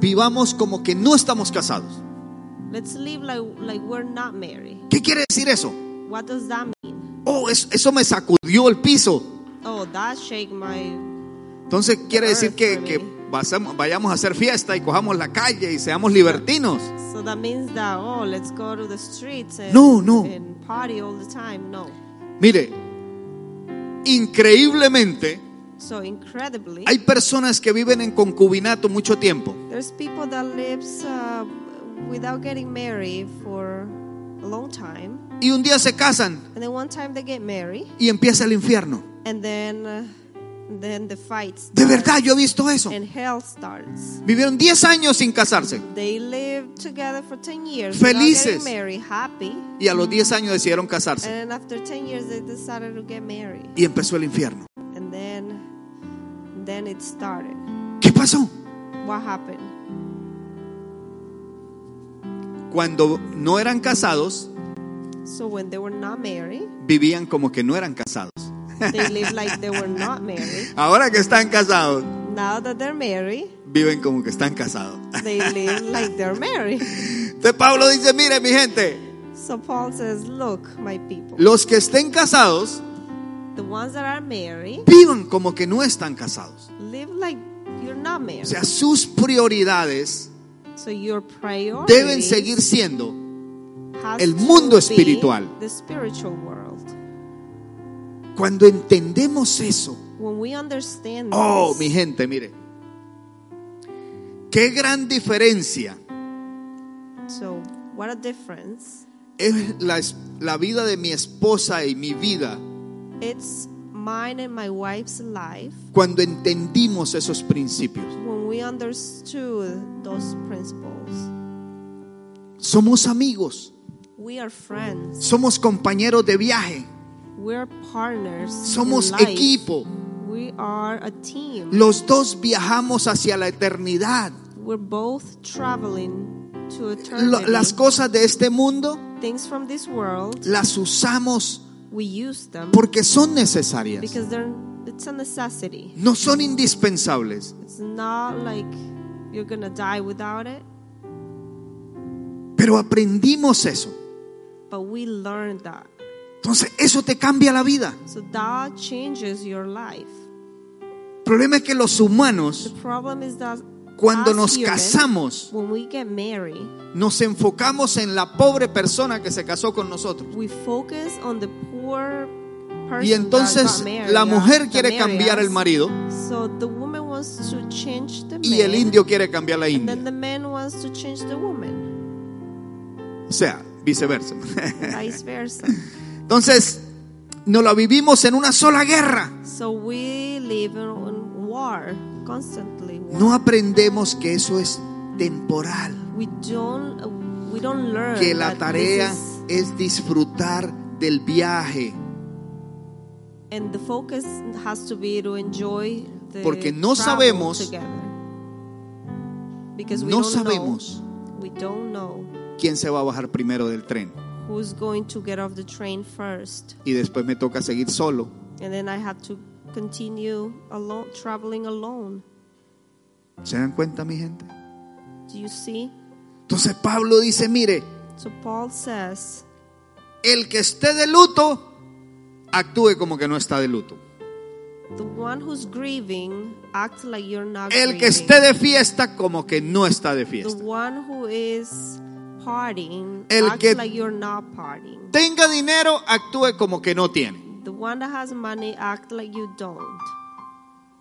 A: vivamos como que no estamos casados.
B: let's live like, like we're not married.
A: ¿Qué quiere decir eso?
B: What does that mean?
A: Oh, es- eso me sacudió el piso.
B: Oh, that shake my.
A: Entonces quiere decir que, que pasamos- vayamos a hacer fiesta y cojamos la calle y seamos libertinos.
B: So that means that, oh, let's go to the streets and,
A: No, no.
B: and party all the time. No.
A: Mire, increíblemente
B: So incredibly,
A: hay personas que viven en concubinato mucho tiempo.
B: there's people that lives uh, without getting married for a long time.
A: Y un día se casan
B: And then one time they get married.
A: y empieza el infierno.
B: And then, uh, then the fights
A: De
B: start
A: verdad, yo he visto eso.
B: and hell starts.
A: Vivieron 10 años sin casarse
B: They lived together for 10 years.
A: Felices.
B: Without getting married, happy.
A: y a los 10 años decidieron
B: And
A: casarse
B: then after 10 years, they decided to get married.
A: y empezó el infierno.
B: And then, then it started.
A: ¿Qué pasó?
B: What happened?
A: Cuando no eran casados,
B: So when they were not married,
A: vivían como que no eran casados. [LAUGHS]
B: they lived like they were not married.
A: Ahora que están casados,
B: Now that they're married,
A: viven como que están casados.
B: they live like they're married.
A: Entonces Pablo dice, mire mi gente,
B: So Paul says, Look, my people,
A: los que estén casados,
B: the ones that are married
A: vivan como que no están casados.
B: live like you're not
A: O
B: married.
A: sea, sus prioridades
B: So your priority
A: deben seguir siendo el mundo espiritual.
B: The spiritual world.
A: Cuando entendemos eso,
B: When we understand
A: oh, mi
B: this,
A: gente, mire, qué gran diferencia
B: so what a difference.
A: es la, es- la vida de mi esposa y mi vida
B: It's mine and my wife's life
A: cuando entendimos esos principios.
B: when we understood those principles.
A: Somos amigos,
B: We are friends.
A: somos compañeros de viaje,
B: We're partners.
A: somos
B: in life.
A: equipo. Mm.
B: We are a team.
A: Los dos viajamos hacia la eternidad.
B: We're both traveling to
A: Lo-
B: eternity.
A: las cosas de este mundo
B: Things from this world,
A: las usamos
B: we use them
A: porque son necesarias.
B: because they're it's a necessity.
A: No son indispensables,
B: It's not like you're gonna die without it,
A: pero aprendimos eso.
B: but we learn that.
A: Entonces, eso te cambia la vida.
B: So that changes your life.
A: El problema es que los
B: The
A: humanos,
B: problem is that
A: cuando
B: as
A: nos
B: humans,
A: casamos,
B: when we get married,
A: nos enfocamos en la pobre persona que se casó con nosotros.
B: We focus on the poor person
A: Y entonces
B: that got married, uh,
A: la mujer
B: that
A: quiere
B: married
A: cambiar el
B: us.
A: marido
B: So the woman wants to change the
A: y el
B: man,
A: indio quiere cambiar la
B: and then the
A: india.
B: man wants to change the woman,
A: O sea, viceversa. [LAUGHS]
B: and vice versa.
A: Entonces, nos la vivimos en una sola guerra.
B: So we live in, in war constantly. War.
A: No aprendemos que eso es temporal,
B: We don't we don't learn
A: que la
B: that
A: tarea
B: this is-
A: es disfrutar del viaje,
B: and the focus has to be to enjoy the
A: Porque no
B: travel
A: sabemos-
B: together. Because we
A: no
B: don't know-
A: sabemos.
B: we don't know.
A: quién se va a bajar primero del tren
B: who's going to get off the train first
A: y después me toca seguir solo.
B: and then i have to continue alone traveling alone
A: ¿Se dan cuenta, mi gente?
B: do you see
A: Entonces Pablo dice, mire,
B: so paul says
A: el que esté de luto, actúe como que no está de luto.
B: the one who's grieving act like you're not
A: El que
B: grieving.
A: esté de fiesta, como que no está de
B: the
A: fiesta.
B: one who is partying
A: El
B: act
A: que-
B: like you're not partying
A: Tenga dinero, actúe como que no tiene.
B: the one that has money act like you don't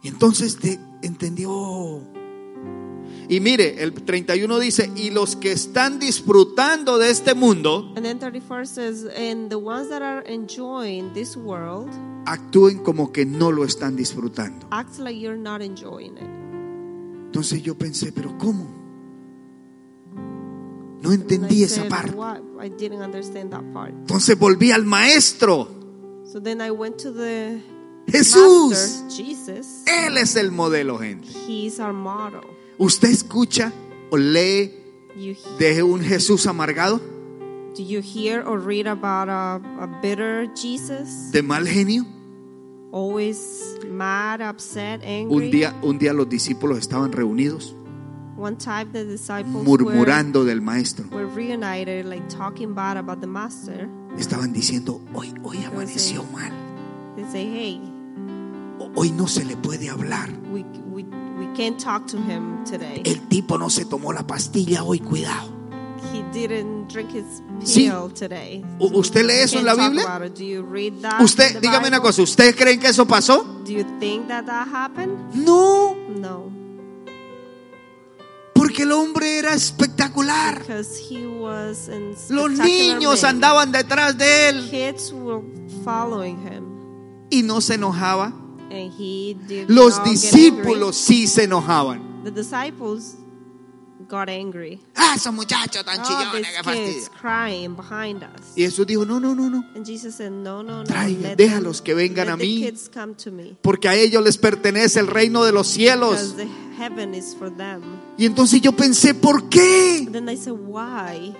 A: Y entonces te entendió. Y mire, el 31 dice, y los que están disfrutando de este mundo,
B: and then 31 says and the ones that are enjoying this world
A: actúen como que no lo están disfrutando.
B: act like you're not enjoying it
A: Entonces yo pensé, pero ¿cómo? No
B: And I
A: entendí esa
B: said,
A: parte.
B: "What? I didn't understand that part.
A: Entonces volví al maestro.
B: So then I went to the
A: Jesús,
B: master, Jesus.
A: Él es el modelo, gente.
B: He is our model.
A: ¿Usted escucha o lee
B: You he-
A: de un Jesús amargado,
B: do you hear or read about a, a bitter Jesus?
A: de mal genio?
B: Always mad, upset, angry.
A: Un día, un día los discípulos estaban reunidos
B: Pues One time the disciples were,
A: murmurando del maestro.
B: were reunited, like talking bad about the master.
A: Estaban diciendo, hoy, hoy amaneció mal,
B: They say, "Hey,
A: O- hoy no se le puede hablar,
B: we we we can't talk to him today.
A: el tipo no se tomó la pastilla hoy, cuidado.
B: He didn't drink his
A: Sí.
B: pill today."
A: U- ¿Usted lee eso en
B: Can't
A: la
B: talk
A: Biblia?
B: about it. Do you read that in
A: Usted,
B: Ah, the
A: dígame una
B: Bible?
A: cosa, ¿usted creen que eso pasó?
B: Do you think that that happened?
A: No,
B: No,
A: porque el hombre era espectacular.
B: because he was in
A: Ah. Los
B: spectacular
A: niños
B: man.
A: andaban detrás de él
B: Kids were following him,
A: y no se enojaba.
B: and he did.
A: Los
B: not get angry.
A: discípulos sí se enojaban.
B: the disciples, got angry.
A: Ah, esos muchachos tan
B: Oh,
A: chillones,
B: these
A: pues que
B: kids
A: fastidio.
B: crying behind us.
A: Y Jesús dijo, no, no, no, no.
B: And Jesus said, No, no, no.
A: Trae-
B: let
A: déjalos
B: them-
A: que vengan
B: let
A: a
B: the
A: mí.
B: kids come to me.
A: Porque a ellos les pertenece el reino de los
B: Because
A: cielos.
B: the heaven is for them.
A: Y entonces yo pensé, ¿por qué?
B: And then I said, Why?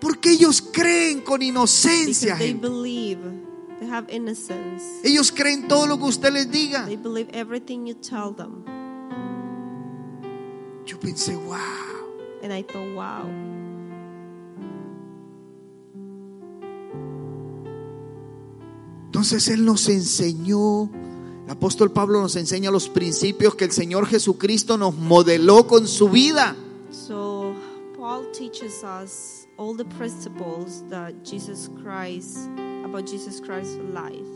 A: Porque ellos creen con
B: Because
A: inocencia.
B: they
A: gente.
B: believe. They have innocence.
A: Ellos creen todo lo que usted les diga.
B: They believe everything you tell them.
A: Yo pensé, wow.
B: And I thought, wow.
A: Entonces Él nos enseñó, el apóstol Pablo nos enseña los principios que el Señor Jesucristo nos modeló con su vida.
B: So Paul teaches us all the principles that Jesus Christ, about Jesus Christ's life.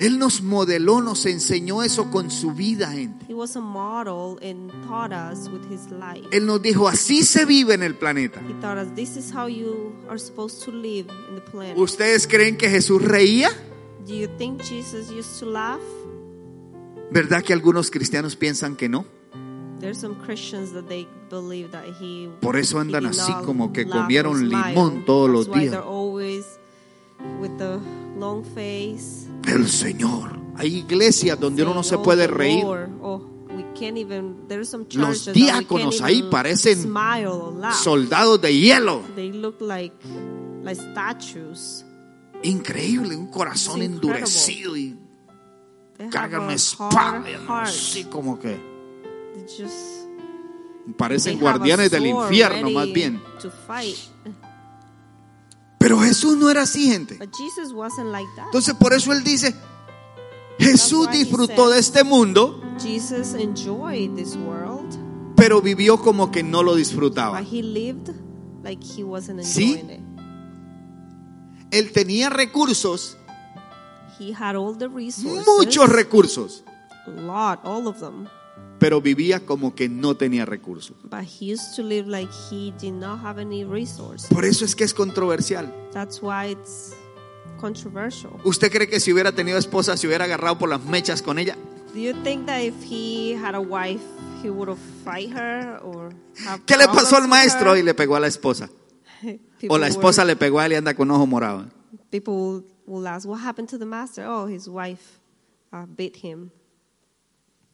A: Él nos modeló, nos enseñó eso con su vida, gente.
B: He was a model and taught us with his life.
A: Él nos dijo, así se vive en el planeta.
B: He taught us this is how you are supposed to live in the planet.
A: ¿Ustedes creen que Jesús reía?
B: Do you think Jesus used to laugh?
A: ¿Verdad que algunos cristianos piensan que no?
B: There's some Christians that they believe that he
A: Por eso
B: he
A: andan
B: did
A: así
B: not
A: como que
B: laugh or
A: comieron
B: smile.
A: limón todos los
B: That's why
A: días.
B: they're always with the long face.
A: El Señor. Hay iglesias donde uno no se
B: saying, "Oh,
A: puede
B: the
A: reír.
B: Lord, oh, we can't even there's some
A: Los
B: churches that we can't
A: diáconos
B: even
A: ahí parecen
B: smile or laugh.
A: Soldados de hielo.
B: they look like like statues.
A: Increíble, un corazón
B: It's incredible.
A: endurecido y
B: They have
A: cargan una
B: a
A: espada.
B: hard
A: y
B: heart.
A: Así como que
B: They just
A: parecen
B: They have a
A: guardianes del
B: sword
A: infierno
B: ready
A: más bien.
B: to fight.
A: Pero Jesús no era así, gente.
B: But Jesus wasn't like that.
A: Entonces por eso él dice, Jesús
B: why he
A: disfrutó
B: said-
A: de este mundo,
B: Jesus enjoyed this world,
A: pero vivió como que no lo disfrutaba.
B: but he lived like he wasn't
A: Sí.
B: enjoying it.
A: Él tenía recursos,
B: He had all the resources,
A: muchos recursos,
B: a lot, all of them,
A: pero vivía como que no tenía recursos.
B: but he used to live like he did not have any resource.
A: Por eso es que es controversial.
B: That's why it's controversial.
A: ¿Usted cree que si hubiera tenido esposa se hubiera agarrado por las mechas con ella?
B: Do you think that if he had a wife, he would have fight her or have
A: ¿Qué le pasó al
B: problems with [LAUGHS]
A: maestro?
B: her?
A: Y le pegó a la esposa. O
B: People
A: la
B: were-
A: esposa le pegó a él y anda con ojo morado.
B: People will- will ask, what happened to the master? Oh, his wife uh, beat him.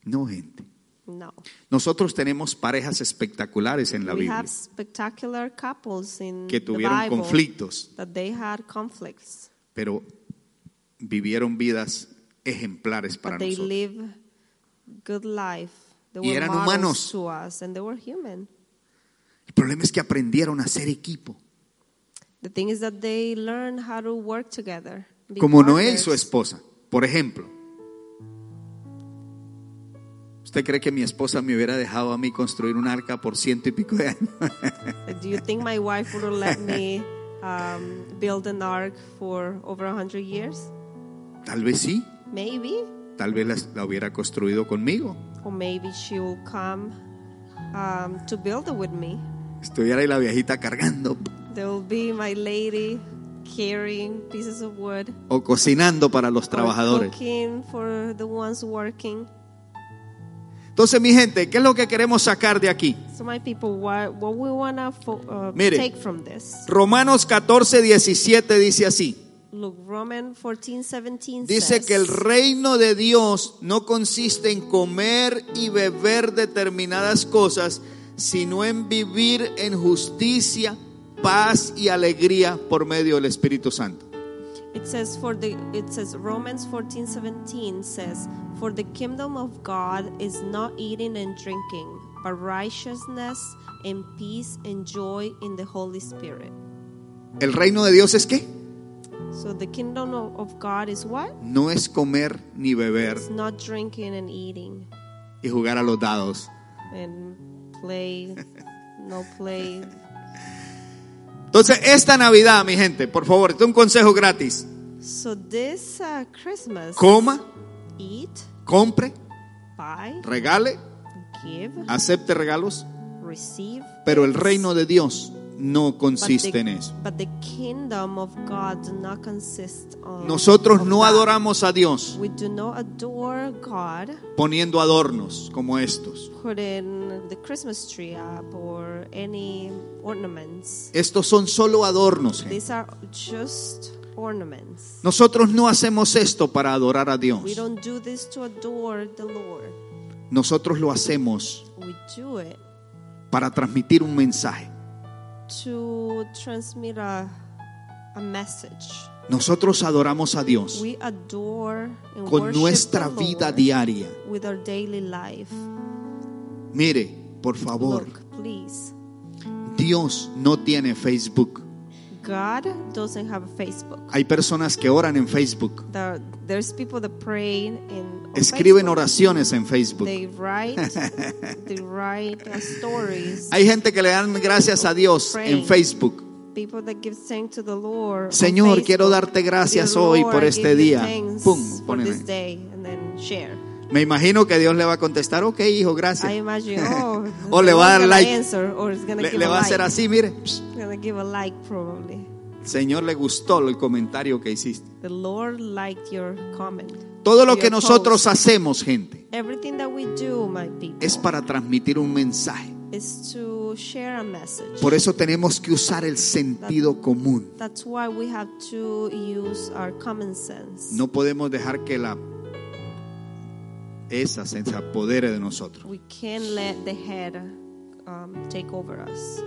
A: No, gente.
B: No.
A: Nosotros tenemos parejas espectaculares en la
B: we
A: Biblia
B: have spectacular couples in
A: que
B: the
A: tuvieron
B: Bible
A: conflictos,
B: that they had conflicts,
A: pero vivieron vidas ejemplares para
B: but they
A: nosotros.
B: live good life. They
A: Y
B: were
A: eran
B: models
A: humanos.
B: to us, and they were human.
A: El problema es que aprendieron a ser equipo.
B: The thing is that they learn how to work together. be
A: como Noé y su
B: partners.
A: esposa, por ejemplo. ¿Usted cree que mi esposa me hubiera dejado a mí construir un arca por ciento y pico de años? [LAUGHS]
B: Do you think my wife would have let me um, build an ark for over a hundred years?
A: Tal vez sí,
B: Maybe,
A: tal vez la, la hubiera construido conmigo.
B: or maybe she will come um, to build it with me.
A: Estuviera ahí la viejita cargando
B: There will be my lady carrying pieces of wood.
A: o cocinando para los
B: Or
A: trabajadores.
B: cooking for the ones working.
A: Entonces, mi gente, ¿qué es lo que queremos sacar de aquí?
B: So my people, what, what we want to fo- uh,
A: Mire.
B: take from this.
A: Romanos 14, 17 dice así.
B: Look, Roman 14, 17
A: Dice
B: says,
A: que el reino de Dios no consiste en comer y beber determinadas cosas, sino en vivir en justicia, paz y alegría por medio del Espíritu Santo.
B: It says for the it says Romans 14:17 says for the kingdom of God is not eating and drinking but righteousness and peace and joy in the Holy Spirit.
A: ¿El reino de Dios es qué?
B: So the kingdom of, of God is what?
A: No es comer ni beber
B: It's not drinking and eating
A: y jugar a los dados.
B: and play no play.
A: Entonces, esta Navidad, mi gente, por favor, este es un consejo gratis.
B: So this uh, Christmas
A: Coma,
B: eat,
A: compre,
B: buy,
A: regale,
B: give,
A: acepte regalos,
B: receive.
A: pero el reino de Dios no
B: But
A: consiste en
B: the,
A: eso.
B: but the kingdom of God do not consist of
A: Nosotros
B: of
A: no
B: that.
A: adoramos a Dios
B: We do not adore God
A: poniendo adornos como estos.
B: putting the Christmas tree up or any ornaments.
A: Estos son solo adornos. gente.
B: These are just ornaments.
A: Nosotros no hacemos esto para adorar a Dios.
B: We don't do this to adore the Lord.
A: Nosotros lo hacemos
B: We do it
A: para transmitir un mensaje.
B: to transmit a, a message.
A: Nosotros adoramos a Dios
B: We adore and
A: con
B: worship
A: nuestra
B: the
A: vida
B: Lord
A: diaria.
B: with our daily life.
A: Mire, por favor,
B: Look, please.
A: Dios no tiene Facebook.
B: God doesn't have a Facebook.
A: Hay personas que oran en Facebook,
B: There, there's people that pray in on
A: escriben
B: Facebook.
A: oraciones en Facebook.
B: They write,
A: [LAUGHS]
B: they write uh, stories.
A: Hay gente que le dan gracias a Dios en
B: Praying.
A: Facebook.
B: People that give thanks to the Lord. on
A: Señor,
B: Facebook.
A: quiero darte gracias
B: Dear
A: hoy
B: Lord,
A: por
B: I
A: este
B: give you
A: día.
B: thanks
A: Pum,
B: for
A: ponen
B: this
A: ahí.
B: day, and then share.
A: Me imagino que Dios le va a contestar, ok, hijo,
B: I
A: gracias. [LAUGHS]
B: imagine, oh,
A: O le va a dar
B: gonna
A: like.
B: Answer, or it's gonna
A: Le,
B: give
A: le
B: a
A: va a
B: like.
A: hacer así, mire. Psst,
B: Gonna give a like probably.
A: el Señor le gustó el comentario que hiciste.
B: The Lord liked your comment.
A: Todo lo
B: your
A: que nosotros
B: post.
A: hacemos, gente,
B: Everything that we do, my people,
A: es para transmitir un mensaje.
B: is to share a message.
A: Por e- eso tenemos que usar el sentido común.
B: That's why we have to use our common sense.
A: No podemos dejar que la esa se apodere de nosotros.
B: We can't let the head um, take over us.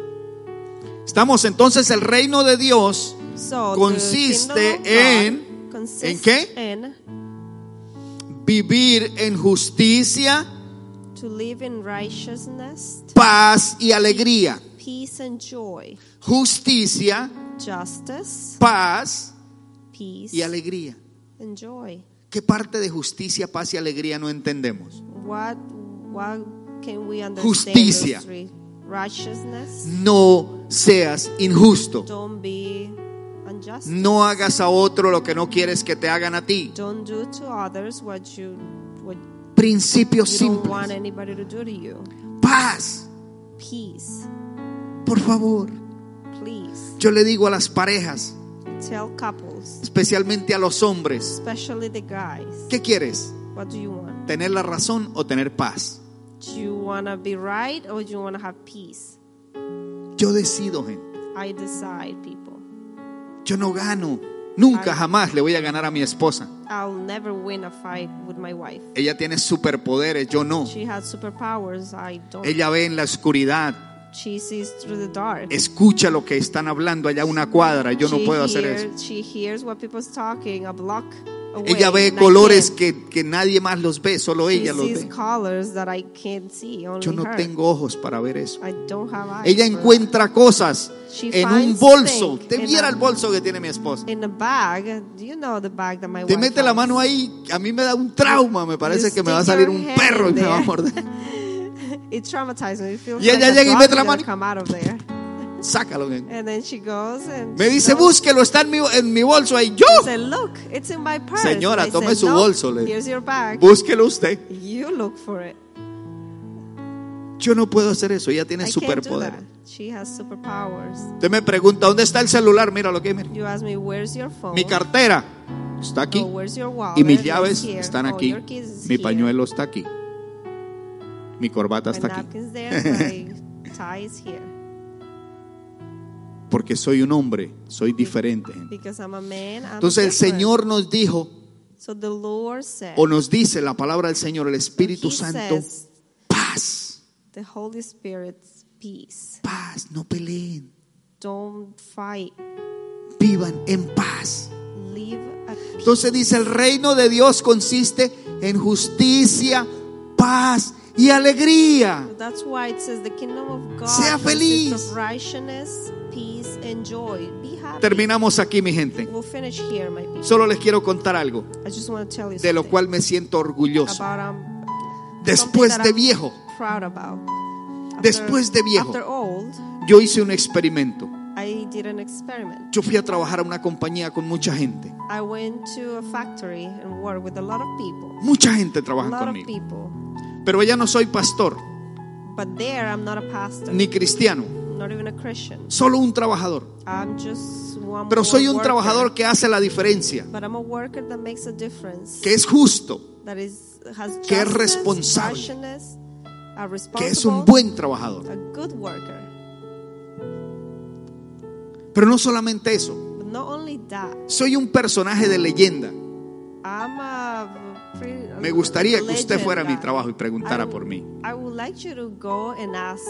A: Estamos entonces el reino de Dios
B: So
A: Consiste
B: the kingdom of
A: en-
B: God consists
A: ¿en qué?
B: en
A: vivir en justicia,
B: to live in righteousness,
A: paz y alegría.
B: peace and joy,
A: Justicia,
B: justice,
A: paz
B: peace
A: y alegría.
B: and joy.
A: ¿Qué parte de justicia, paz y alegría no entendemos?
B: What what can we understand?
A: Justicia.
B: those three? Righteousness.
A: No seas injusto.
B: Don't be unjust.
A: No hagas a otro lo que no quieres que te hagan a ti.
B: Don't do to others what you what
A: Principios
B: you don't want
A: simples.
B: anybody to do to you.
A: Paz,
B: Peace,
A: por favor.
B: please.
A: Yo le digo a las parejas,
B: Tell couples,
A: especialmente a los hombres,
B: especially the guys,
A: ¿qué quieres?
B: what do you want?
A: ¿Tener la razón o tener paz?
B: Do you want to be right or do you want to have peace?
A: Yo decido, gente.
B: I decide, people.
A: Yo no gano. Nunca, jamás le voy a ganar a mi esposa.
B: I'll never win a fight with my wife.
A: Ella tiene superpoderes, yo no.
B: She has superpowers. I don't.
A: Ella ve en la oscuridad,
B: she sees through the dark.
A: escucha lo que están hablando allá a una cuadra, yo no
B: she
A: puedo hacer
B: hears-
A: eso.
B: She hears what people's talking a block away.
A: Ella ve
B: and I
A: colores
B: can't.
A: que, que nadie más los ve, solo
B: She
A: ella los
B: sees
A: ve.
B: colors that I can't see. Only
A: Yo no
B: her.
A: tengo ojos para ver eso.
B: I don't have eyes.
A: Ella
B: for-
A: encuentra cosas
B: She
A: en un
B: finds
A: bolso.
B: things
A: Te
B: in
A: viera
B: a-
A: el bolso que tiene mi esposa.
B: in a bag. Do you know the bag that my
A: Te
B: wife
A: mete la
B: has?
A: mano ahí, a mí me da un trauma, me parece que me va a salir un perro y me va a
B: [LAUGHS]
A: morder.
B: It traumatized me. It feels
A: Y ella
B: like a
A: llega y
B: dog
A: mete la
B: gonna
A: mano.
B: come out of there.
A: Sácalo. Me
B: And then she goes and she
A: dice,
B: goes,
A: búsquelo, está en mi, en mi bolso ahí. Yo,
B: She said, look, it's in my purse.
A: Señora,
B: And I
A: tome
B: said,
A: su
B: "No,
A: bolso", le-
B: Here's your bag.
A: búsquelo usted.
B: You look for it.
A: Yo no puedo hacer eso, ella tiene
B: I can't do that.
A: superpoderes.
B: She has superpowers.
A: Usted me pregunta, ¿dónde está el celular? Mira lo que mira.
B: You ask me, where's your phone?
A: Mi cartera está aquí
B: Oh, where's your wallet?
A: y mis
B: It's
A: llaves
B: here.
A: están
B: Oh,
A: aquí.
B: your keys is
A: Mi
B: here.
A: pañuelo está aquí. Mi corbata [LAUGHS]
B: My
A: está aquí.
B: napkin's there. My tie is here.
A: porque soy un hombre, soy diferente. gente.
B: because I'm a man. I'm
A: Entonces el
B: different.
A: Señor nos dijo,
B: so the Lord said,
A: o nos dice la palabra del Señor, el Espíritu
B: He
A: Santo,
B: says,
A: paz,
B: the Holy Spirit's peace.
A: paz, no peleen,
B: Don't fight.
A: vivan en paz.
B: Live at peace.
A: Entonces dice, el reino de Dios consiste en justicia, paz y alegría.
B: That's why it says the kingdom of God
A: Sea
B: consists
A: feliz.
B: of righteousness, peace, and joy. Be happy.
A: Terminamos aquí, mi gente.
B: We'll finish here, my people.
A: Solo les quiero contar algo,
B: I just want to tell you
A: de lo
B: something
A: cual me siento orgulloso.
B: about um, something
A: Después
B: that
A: de
B: I'm
A: viejo,
B: proud about. After-
A: Después de viejo.
B: After old,
A: yo hice un experimento.
B: I did an experiment.
A: Yo fui a trabajar a una compañía con mucha gente.
B: I went to a factory and worked with a lot of people.
A: Mucha gente
B: A
A: trabaja
B: lot of
A: conmigo.
B: people.
A: Pero ya no soy pastor
B: But there, I'm not a pastor,
A: ni cristiano,
B: not even a Christian.
A: solo un trabajador.
B: I'm just one
A: Pero
B: more
A: soy un
B: worker.
A: trabajador que hace la diferencia,
B: But I'm a worker that makes a difference.
A: que es justo,
B: that is, has
A: Que es
B: justice,
A: responsable.
B: righteousness, are
A: que es
B: responsible,
A: un buen trabajador.
B: a good worker.
A: Pero no solamente eso,
B: But not only that,
A: soy un personaje de leyenda.
B: I'm a pretty,
A: Me gustaría que usted
B: legend
A: fuera a mi
B: guy.
A: trabajo y preguntara
B: I-
A: por mí.
B: I would like you to go and ask.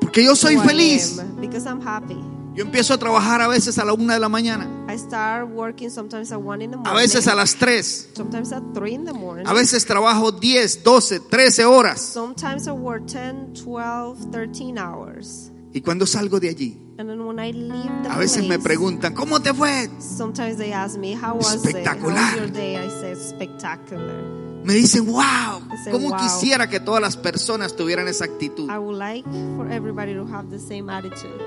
A: Porque yo soy
B: who I
A: feliz.
B: am, because I'm happy.
A: Yo empiezo a trabajar a veces a la una de la mañana,
B: I start working sometimes at one in the
A: a
B: morning.
A: veces a las 3,
B: sometimes at three in the morning.
A: a veces trabajo 10, 12, 13 horas.
B: sometimes I work 10, 12, 13 hours.
A: Y cuando salgo de allí,
B: And then when I leave the
A: a veces me
B: place,
A: preguntan, ¿cómo te fue?
B: Sometimes they ask me, How was it? How was
A: Espectacular.
B: your day? I say, Spectacular.
A: Me dicen, wow,
B: Dicen, Ah.
A: ¿cómo
B: "Wow".
A: quisiera que todas las personas tuvieran esa actitud?
B: I would like for everybody to have the same attitude.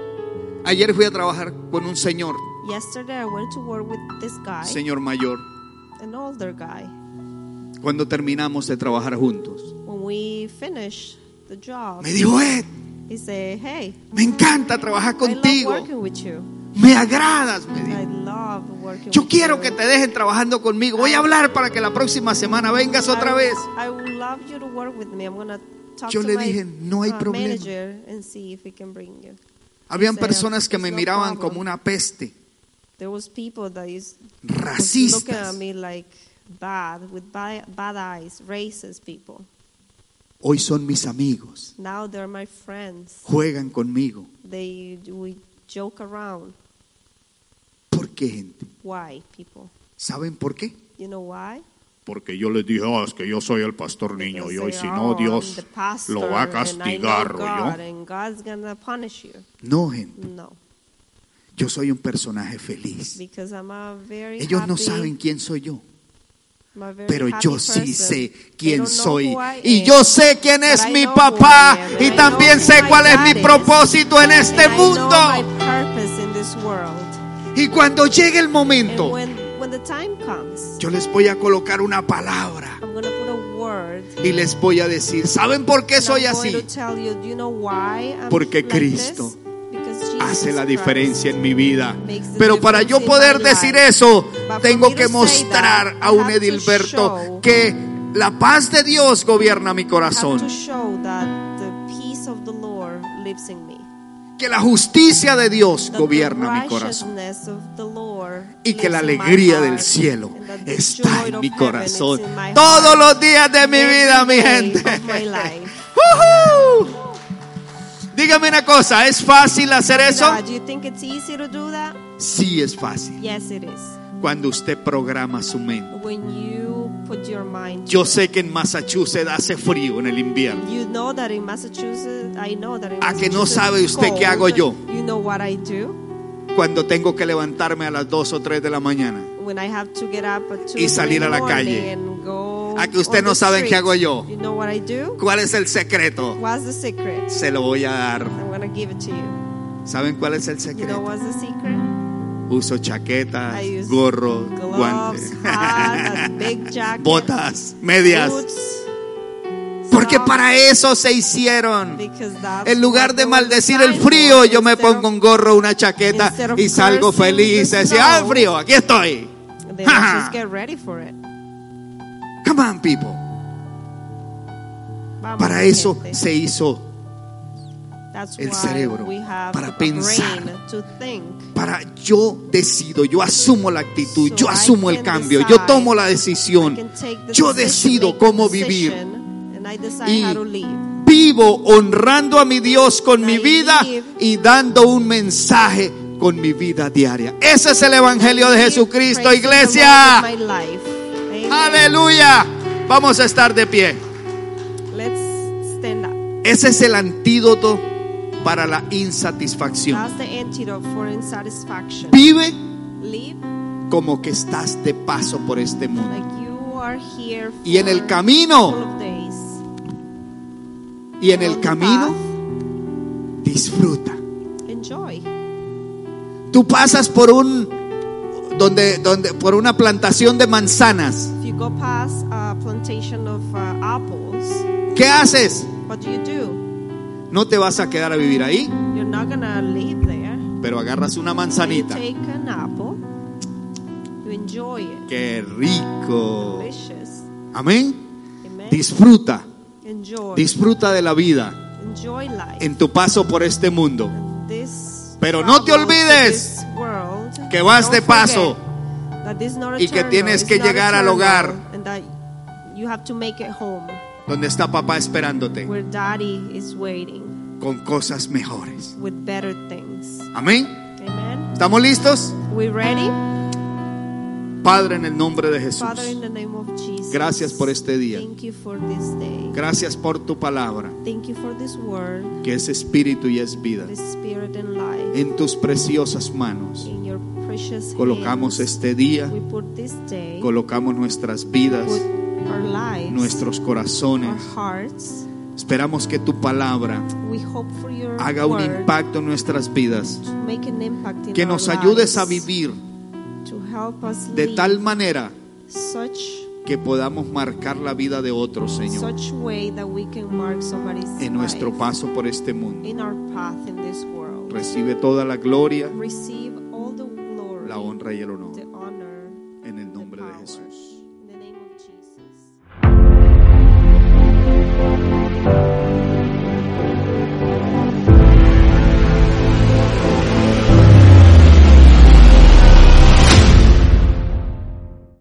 A: Ayer fui a trabajar con un señor,
B: Yesterday, I went to work with this guy,
A: señor mayor,
B: an older guy.
A: cuando terminamos de trabajar juntos.
B: When we finished the job,
A: Me dijo, Ed,
B: he said, Hey,
A: me encanta trabajar
B: I love
A: contigo,
B: working with you.
A: me agradas, me dijo.
B: I love working
A: Yo
B: with
A: quiero
B: you.
A: que te dejen trabajando conmigo. Voy a hablar para que la próxima semana vengas otra
B: I,
A: vez.
B: I would love you to work with me. I'm going to talk
A: Yo
B: to
A: le
B: my
A: dije, "No hay
B: uh,
A: problema."
B: manager and see if he can bring you.
A: Habían
B: Sí,
A: personas que me
B: no
A: miraban
B: problem.
A: como una peste,
B: There was people that used was looking at
A: racistas.
B: me like bad with bad, bad eyes, racist people.
A: Hoy son mis amigos,
B: Now they're my friends.
A: juegan conmigo.
B: They we joke around.
A: ¿Por qué, gente?
B: Why people?
A: ¿Saben por qué?
B: You know why?
C: Porque yo les dije, "Ah, es que yo soy el pastor niño
B: Because
C: y hoy
B: they
C: si
B: are,
C: no
B: "Oh, I'm
C: Dios
B: the pastor,
C: lo va a
B: and I know
C: castigar,
B: God,
C: ¿oyó?
B: and God's gonna punish you.
A: No, gente.
B: No,
A: Yo soy un personaje feliz.
B: because I'm a very
A: Ellos no
B: happy-
A: saben quién soy yo,
B: I'm a very
A: pero
B: happy
A: yo sí
B: person.
A: sé
B: They
A: quién
B: don't know
A: soy.
B: who I
A: Y
B: am,
A: yo sé quién
B: but
A: es
B: I
A: mi
B: know who
A: papá.
B: I am,
A: Y
B: and I
A: también
B: know
A: sé
B: who
A: cuál
B: my
A: es mi
B: God is,
A: propósito en este
B: and I know my
A: mundo.
B: purpose in this world.
A: Y cuando llegue el
B: And
A: momento,
B: when, when the time comes,
A: yo les voy a colocar una palabra
B: I'm going to put a word.
A: y les voy a decir, ¿saben por qué
B: and
A: soy
B: I'm
A: así?
B: going to tell you, do you know why I'm
A: Porque
B: like
A: Cristo
B: this? Because Jesus
A: Hace la
B: Christ.
A: diferencia en mi vida.
B: makes the
A: Pero para yo
B: difference in
A: poder
B: my life.
A: decir eso,
B: But for
A: tengo
B: me
A: que
B: to say that,
A: mostrar
B: I
A: a un
B: have to
A: Edilberto
B: show-
A: que la paz de Dios gobierna mi
B: I have to
A: corazón,
B: show that the peace of the Lord lives in me.
A: que la justicia de Dios
B: That
A: gobierna mi
B: the
A: corazón
B: righteousness of the Lord
A: y que
B: lives
A: la
B: in my
A: alegría
B: heart,
A: del cielo
B: and that the
A: está
B: joy
A: en
B: of
A: mi
B: heaven is
A: corazón
B: in my
A: todos
B: heart.
A: los días de mi
B: Every
A: vida, mi
B: day
A: gente.
B: of my
A: [LAUGHS]
B: life.
A: ¡Ujú! Dígame una cosa, ¿es fácil hacer eso?
B: Now, do you think it's easy to do that?
A: Sí, es fácil.
B: Yes, it is.
A: Cuando usted programa su mente.
B: When you put your mind to
A: Yo sé que en Massachusetts hace frío en el invierno.
B: You know that in Massachusetts, I know that in
A: A que no
B: Massachusetts
A: sabe
B: it's
A: usted qué hago
B: cold.
A: yo.
B: You know what I do
A: Cuando tengo que levantarme a las 2 o 3 de la mañana.
B: when I have to get up at 2
A: Y salir a la calle.
B: And go
A: A que usted
B: on
A: no
B: the
A: sabe qué
B: street.
A: hago yo.
B: You know what I do?
A: ¿Cuál es el secreto?
B: What's the secret?
A: Se lo voy a dar.
B: I'm gonna give it to you.
A: ¿Saben cuál es el
B: You know
A: secreto?
B: what's the secret?
A: Uso chaquetas,
B: I use
A: gorro,
B: gloves,
A: guantes, [LAUGHS]
B: hat, a big jacket,
A: botas, medias.
B: boots,
A: Porque
B: socks,
A: para eso se hicieron.
B: because that's
A: En lugar
B: what
A: de
B: the Lord
A: maldecir el
B: designed
A: frío,
B: for.
A: yo me
B: Instead of-
A: pongo un gorro, una chaqueta
B: Instead of
A: y salgo
B: cursing
A: feliz.
B: the
A: Decía, ah,
B: snow.
A: frío, aquí estoy. [LAUGHS]
B: Then
A: Ha, ha.
B: just get ready for it.
A: Come on, people.
B: Vamos,
A: Para eso
B: gente.
A: se hizo
B: That's
A: el
B: why
A: cerebro
B: we have
A: para
B: the brain
A: pensar.
B: to think.
A: Para yo decido, yo asumo la actitud,
B: So
A: yo
B: I
A: asumo el
B: can
A: cambio, yo
B: decide.
A: tomo la
B: I
A: decisión,
B: can take
A: Mm.
B: the
A: yo
B: decision,
A: decido
B: make the
A: cómo
B: decision,
A: vivir.
B: And I decide
A: Y
B: how to live.
A: Vivo honrando a mi Dios con mi
B: I
A: vida
B: live.
A: y dando un mensaje con mi vida diaria. Ese es el Evangelio de
B: Live
A: Jesucristo,
B: praising the Lord with
A: iglesia.
B: my life. Amen.
A: Aleluya. Vamos a estar de pie.
B: Let's stand up.
A: Ese es el antídoto para la insatisfacción.
B: That's the antidote for insatisfaction.
A: Vive
B: Live
A: como que estás de paso por este mundo.
B: like you are here for
A: Y en el
B: a
A: camino,
B: couple of days.
A: y en el
B: On the
A: camino, disfruta.
B: path, enjoy.
A: Tú pasas por un donde donde por una plantación de manzanas.
B: If you go past a plantation of uh, apples,
A: ¿Qué haces?
B: what do you do?
A: No te vas a quedar a vivir ahí,
B: You're not gonna live there.
A: pero agarras una
B: You
A: manzanita.
B: take an apple, you enjoy it,
A: Qué rico.
B: delicious.
A: Amén.
B: Amen.
A: Disfruta,
B: enjoy,
A: disfruta de la vida
B: enjoy life.
A: en tu paso por este mundo.
B: This
A: Pero no te
B: troubles of
A: olvides
B: this world,
A: que vas de
B: don't
A: paso
B: forget that it's not
A: y que
B: eternal,
A: tienes
B: it's
A: que
B: not
A: llegar al
B: eternal,
A: hogar.
B: and that you have to make it home
A: donde está papá esperándote
B: where daddy is waiting
A: con cosas mejores.
B: with better things.
A: Amén.
B: Amen.
A: ¿Estamos listos?
B: We ready?
A: Padre, en el nombre de Jesús.
B: Father in the name of Jesus.
A: Gracias por este día.
B: Thank you for this day.
A: Gracias por tu palabra,
B: Thank you for this word,
A: que es espíritu y es vida.
B: this spirit and life.
A: En tus preciosas manos
B: In your precious
A: colocamos
B: hands,
A: este día,
B: we put this day,
A: colocamos nuestras vidas,
B: put our lives,
A: nuestros
B: our
A: corazones.
B: hearts.
A: Esperamos que tu palabra
B: We hope for your
A: haga un
B: word
A: impacto en nuestras vidas,
B: to make an impact in
A: que
B: our
A: nos ayudes
B: lives,
A: a vivir
B: to help us
A: de
B: live
A: tal manera
B: such
A: que podamos marcar la vida de otros, Señor,
B: such way that we can mark somebody's
A: en nuestro
B: life
A: paso por este mundo.
B: in our path in this world.
A: Recibe toda la gloria,
B: Receive all the glory,
A: la honra y el honor.
B: the honor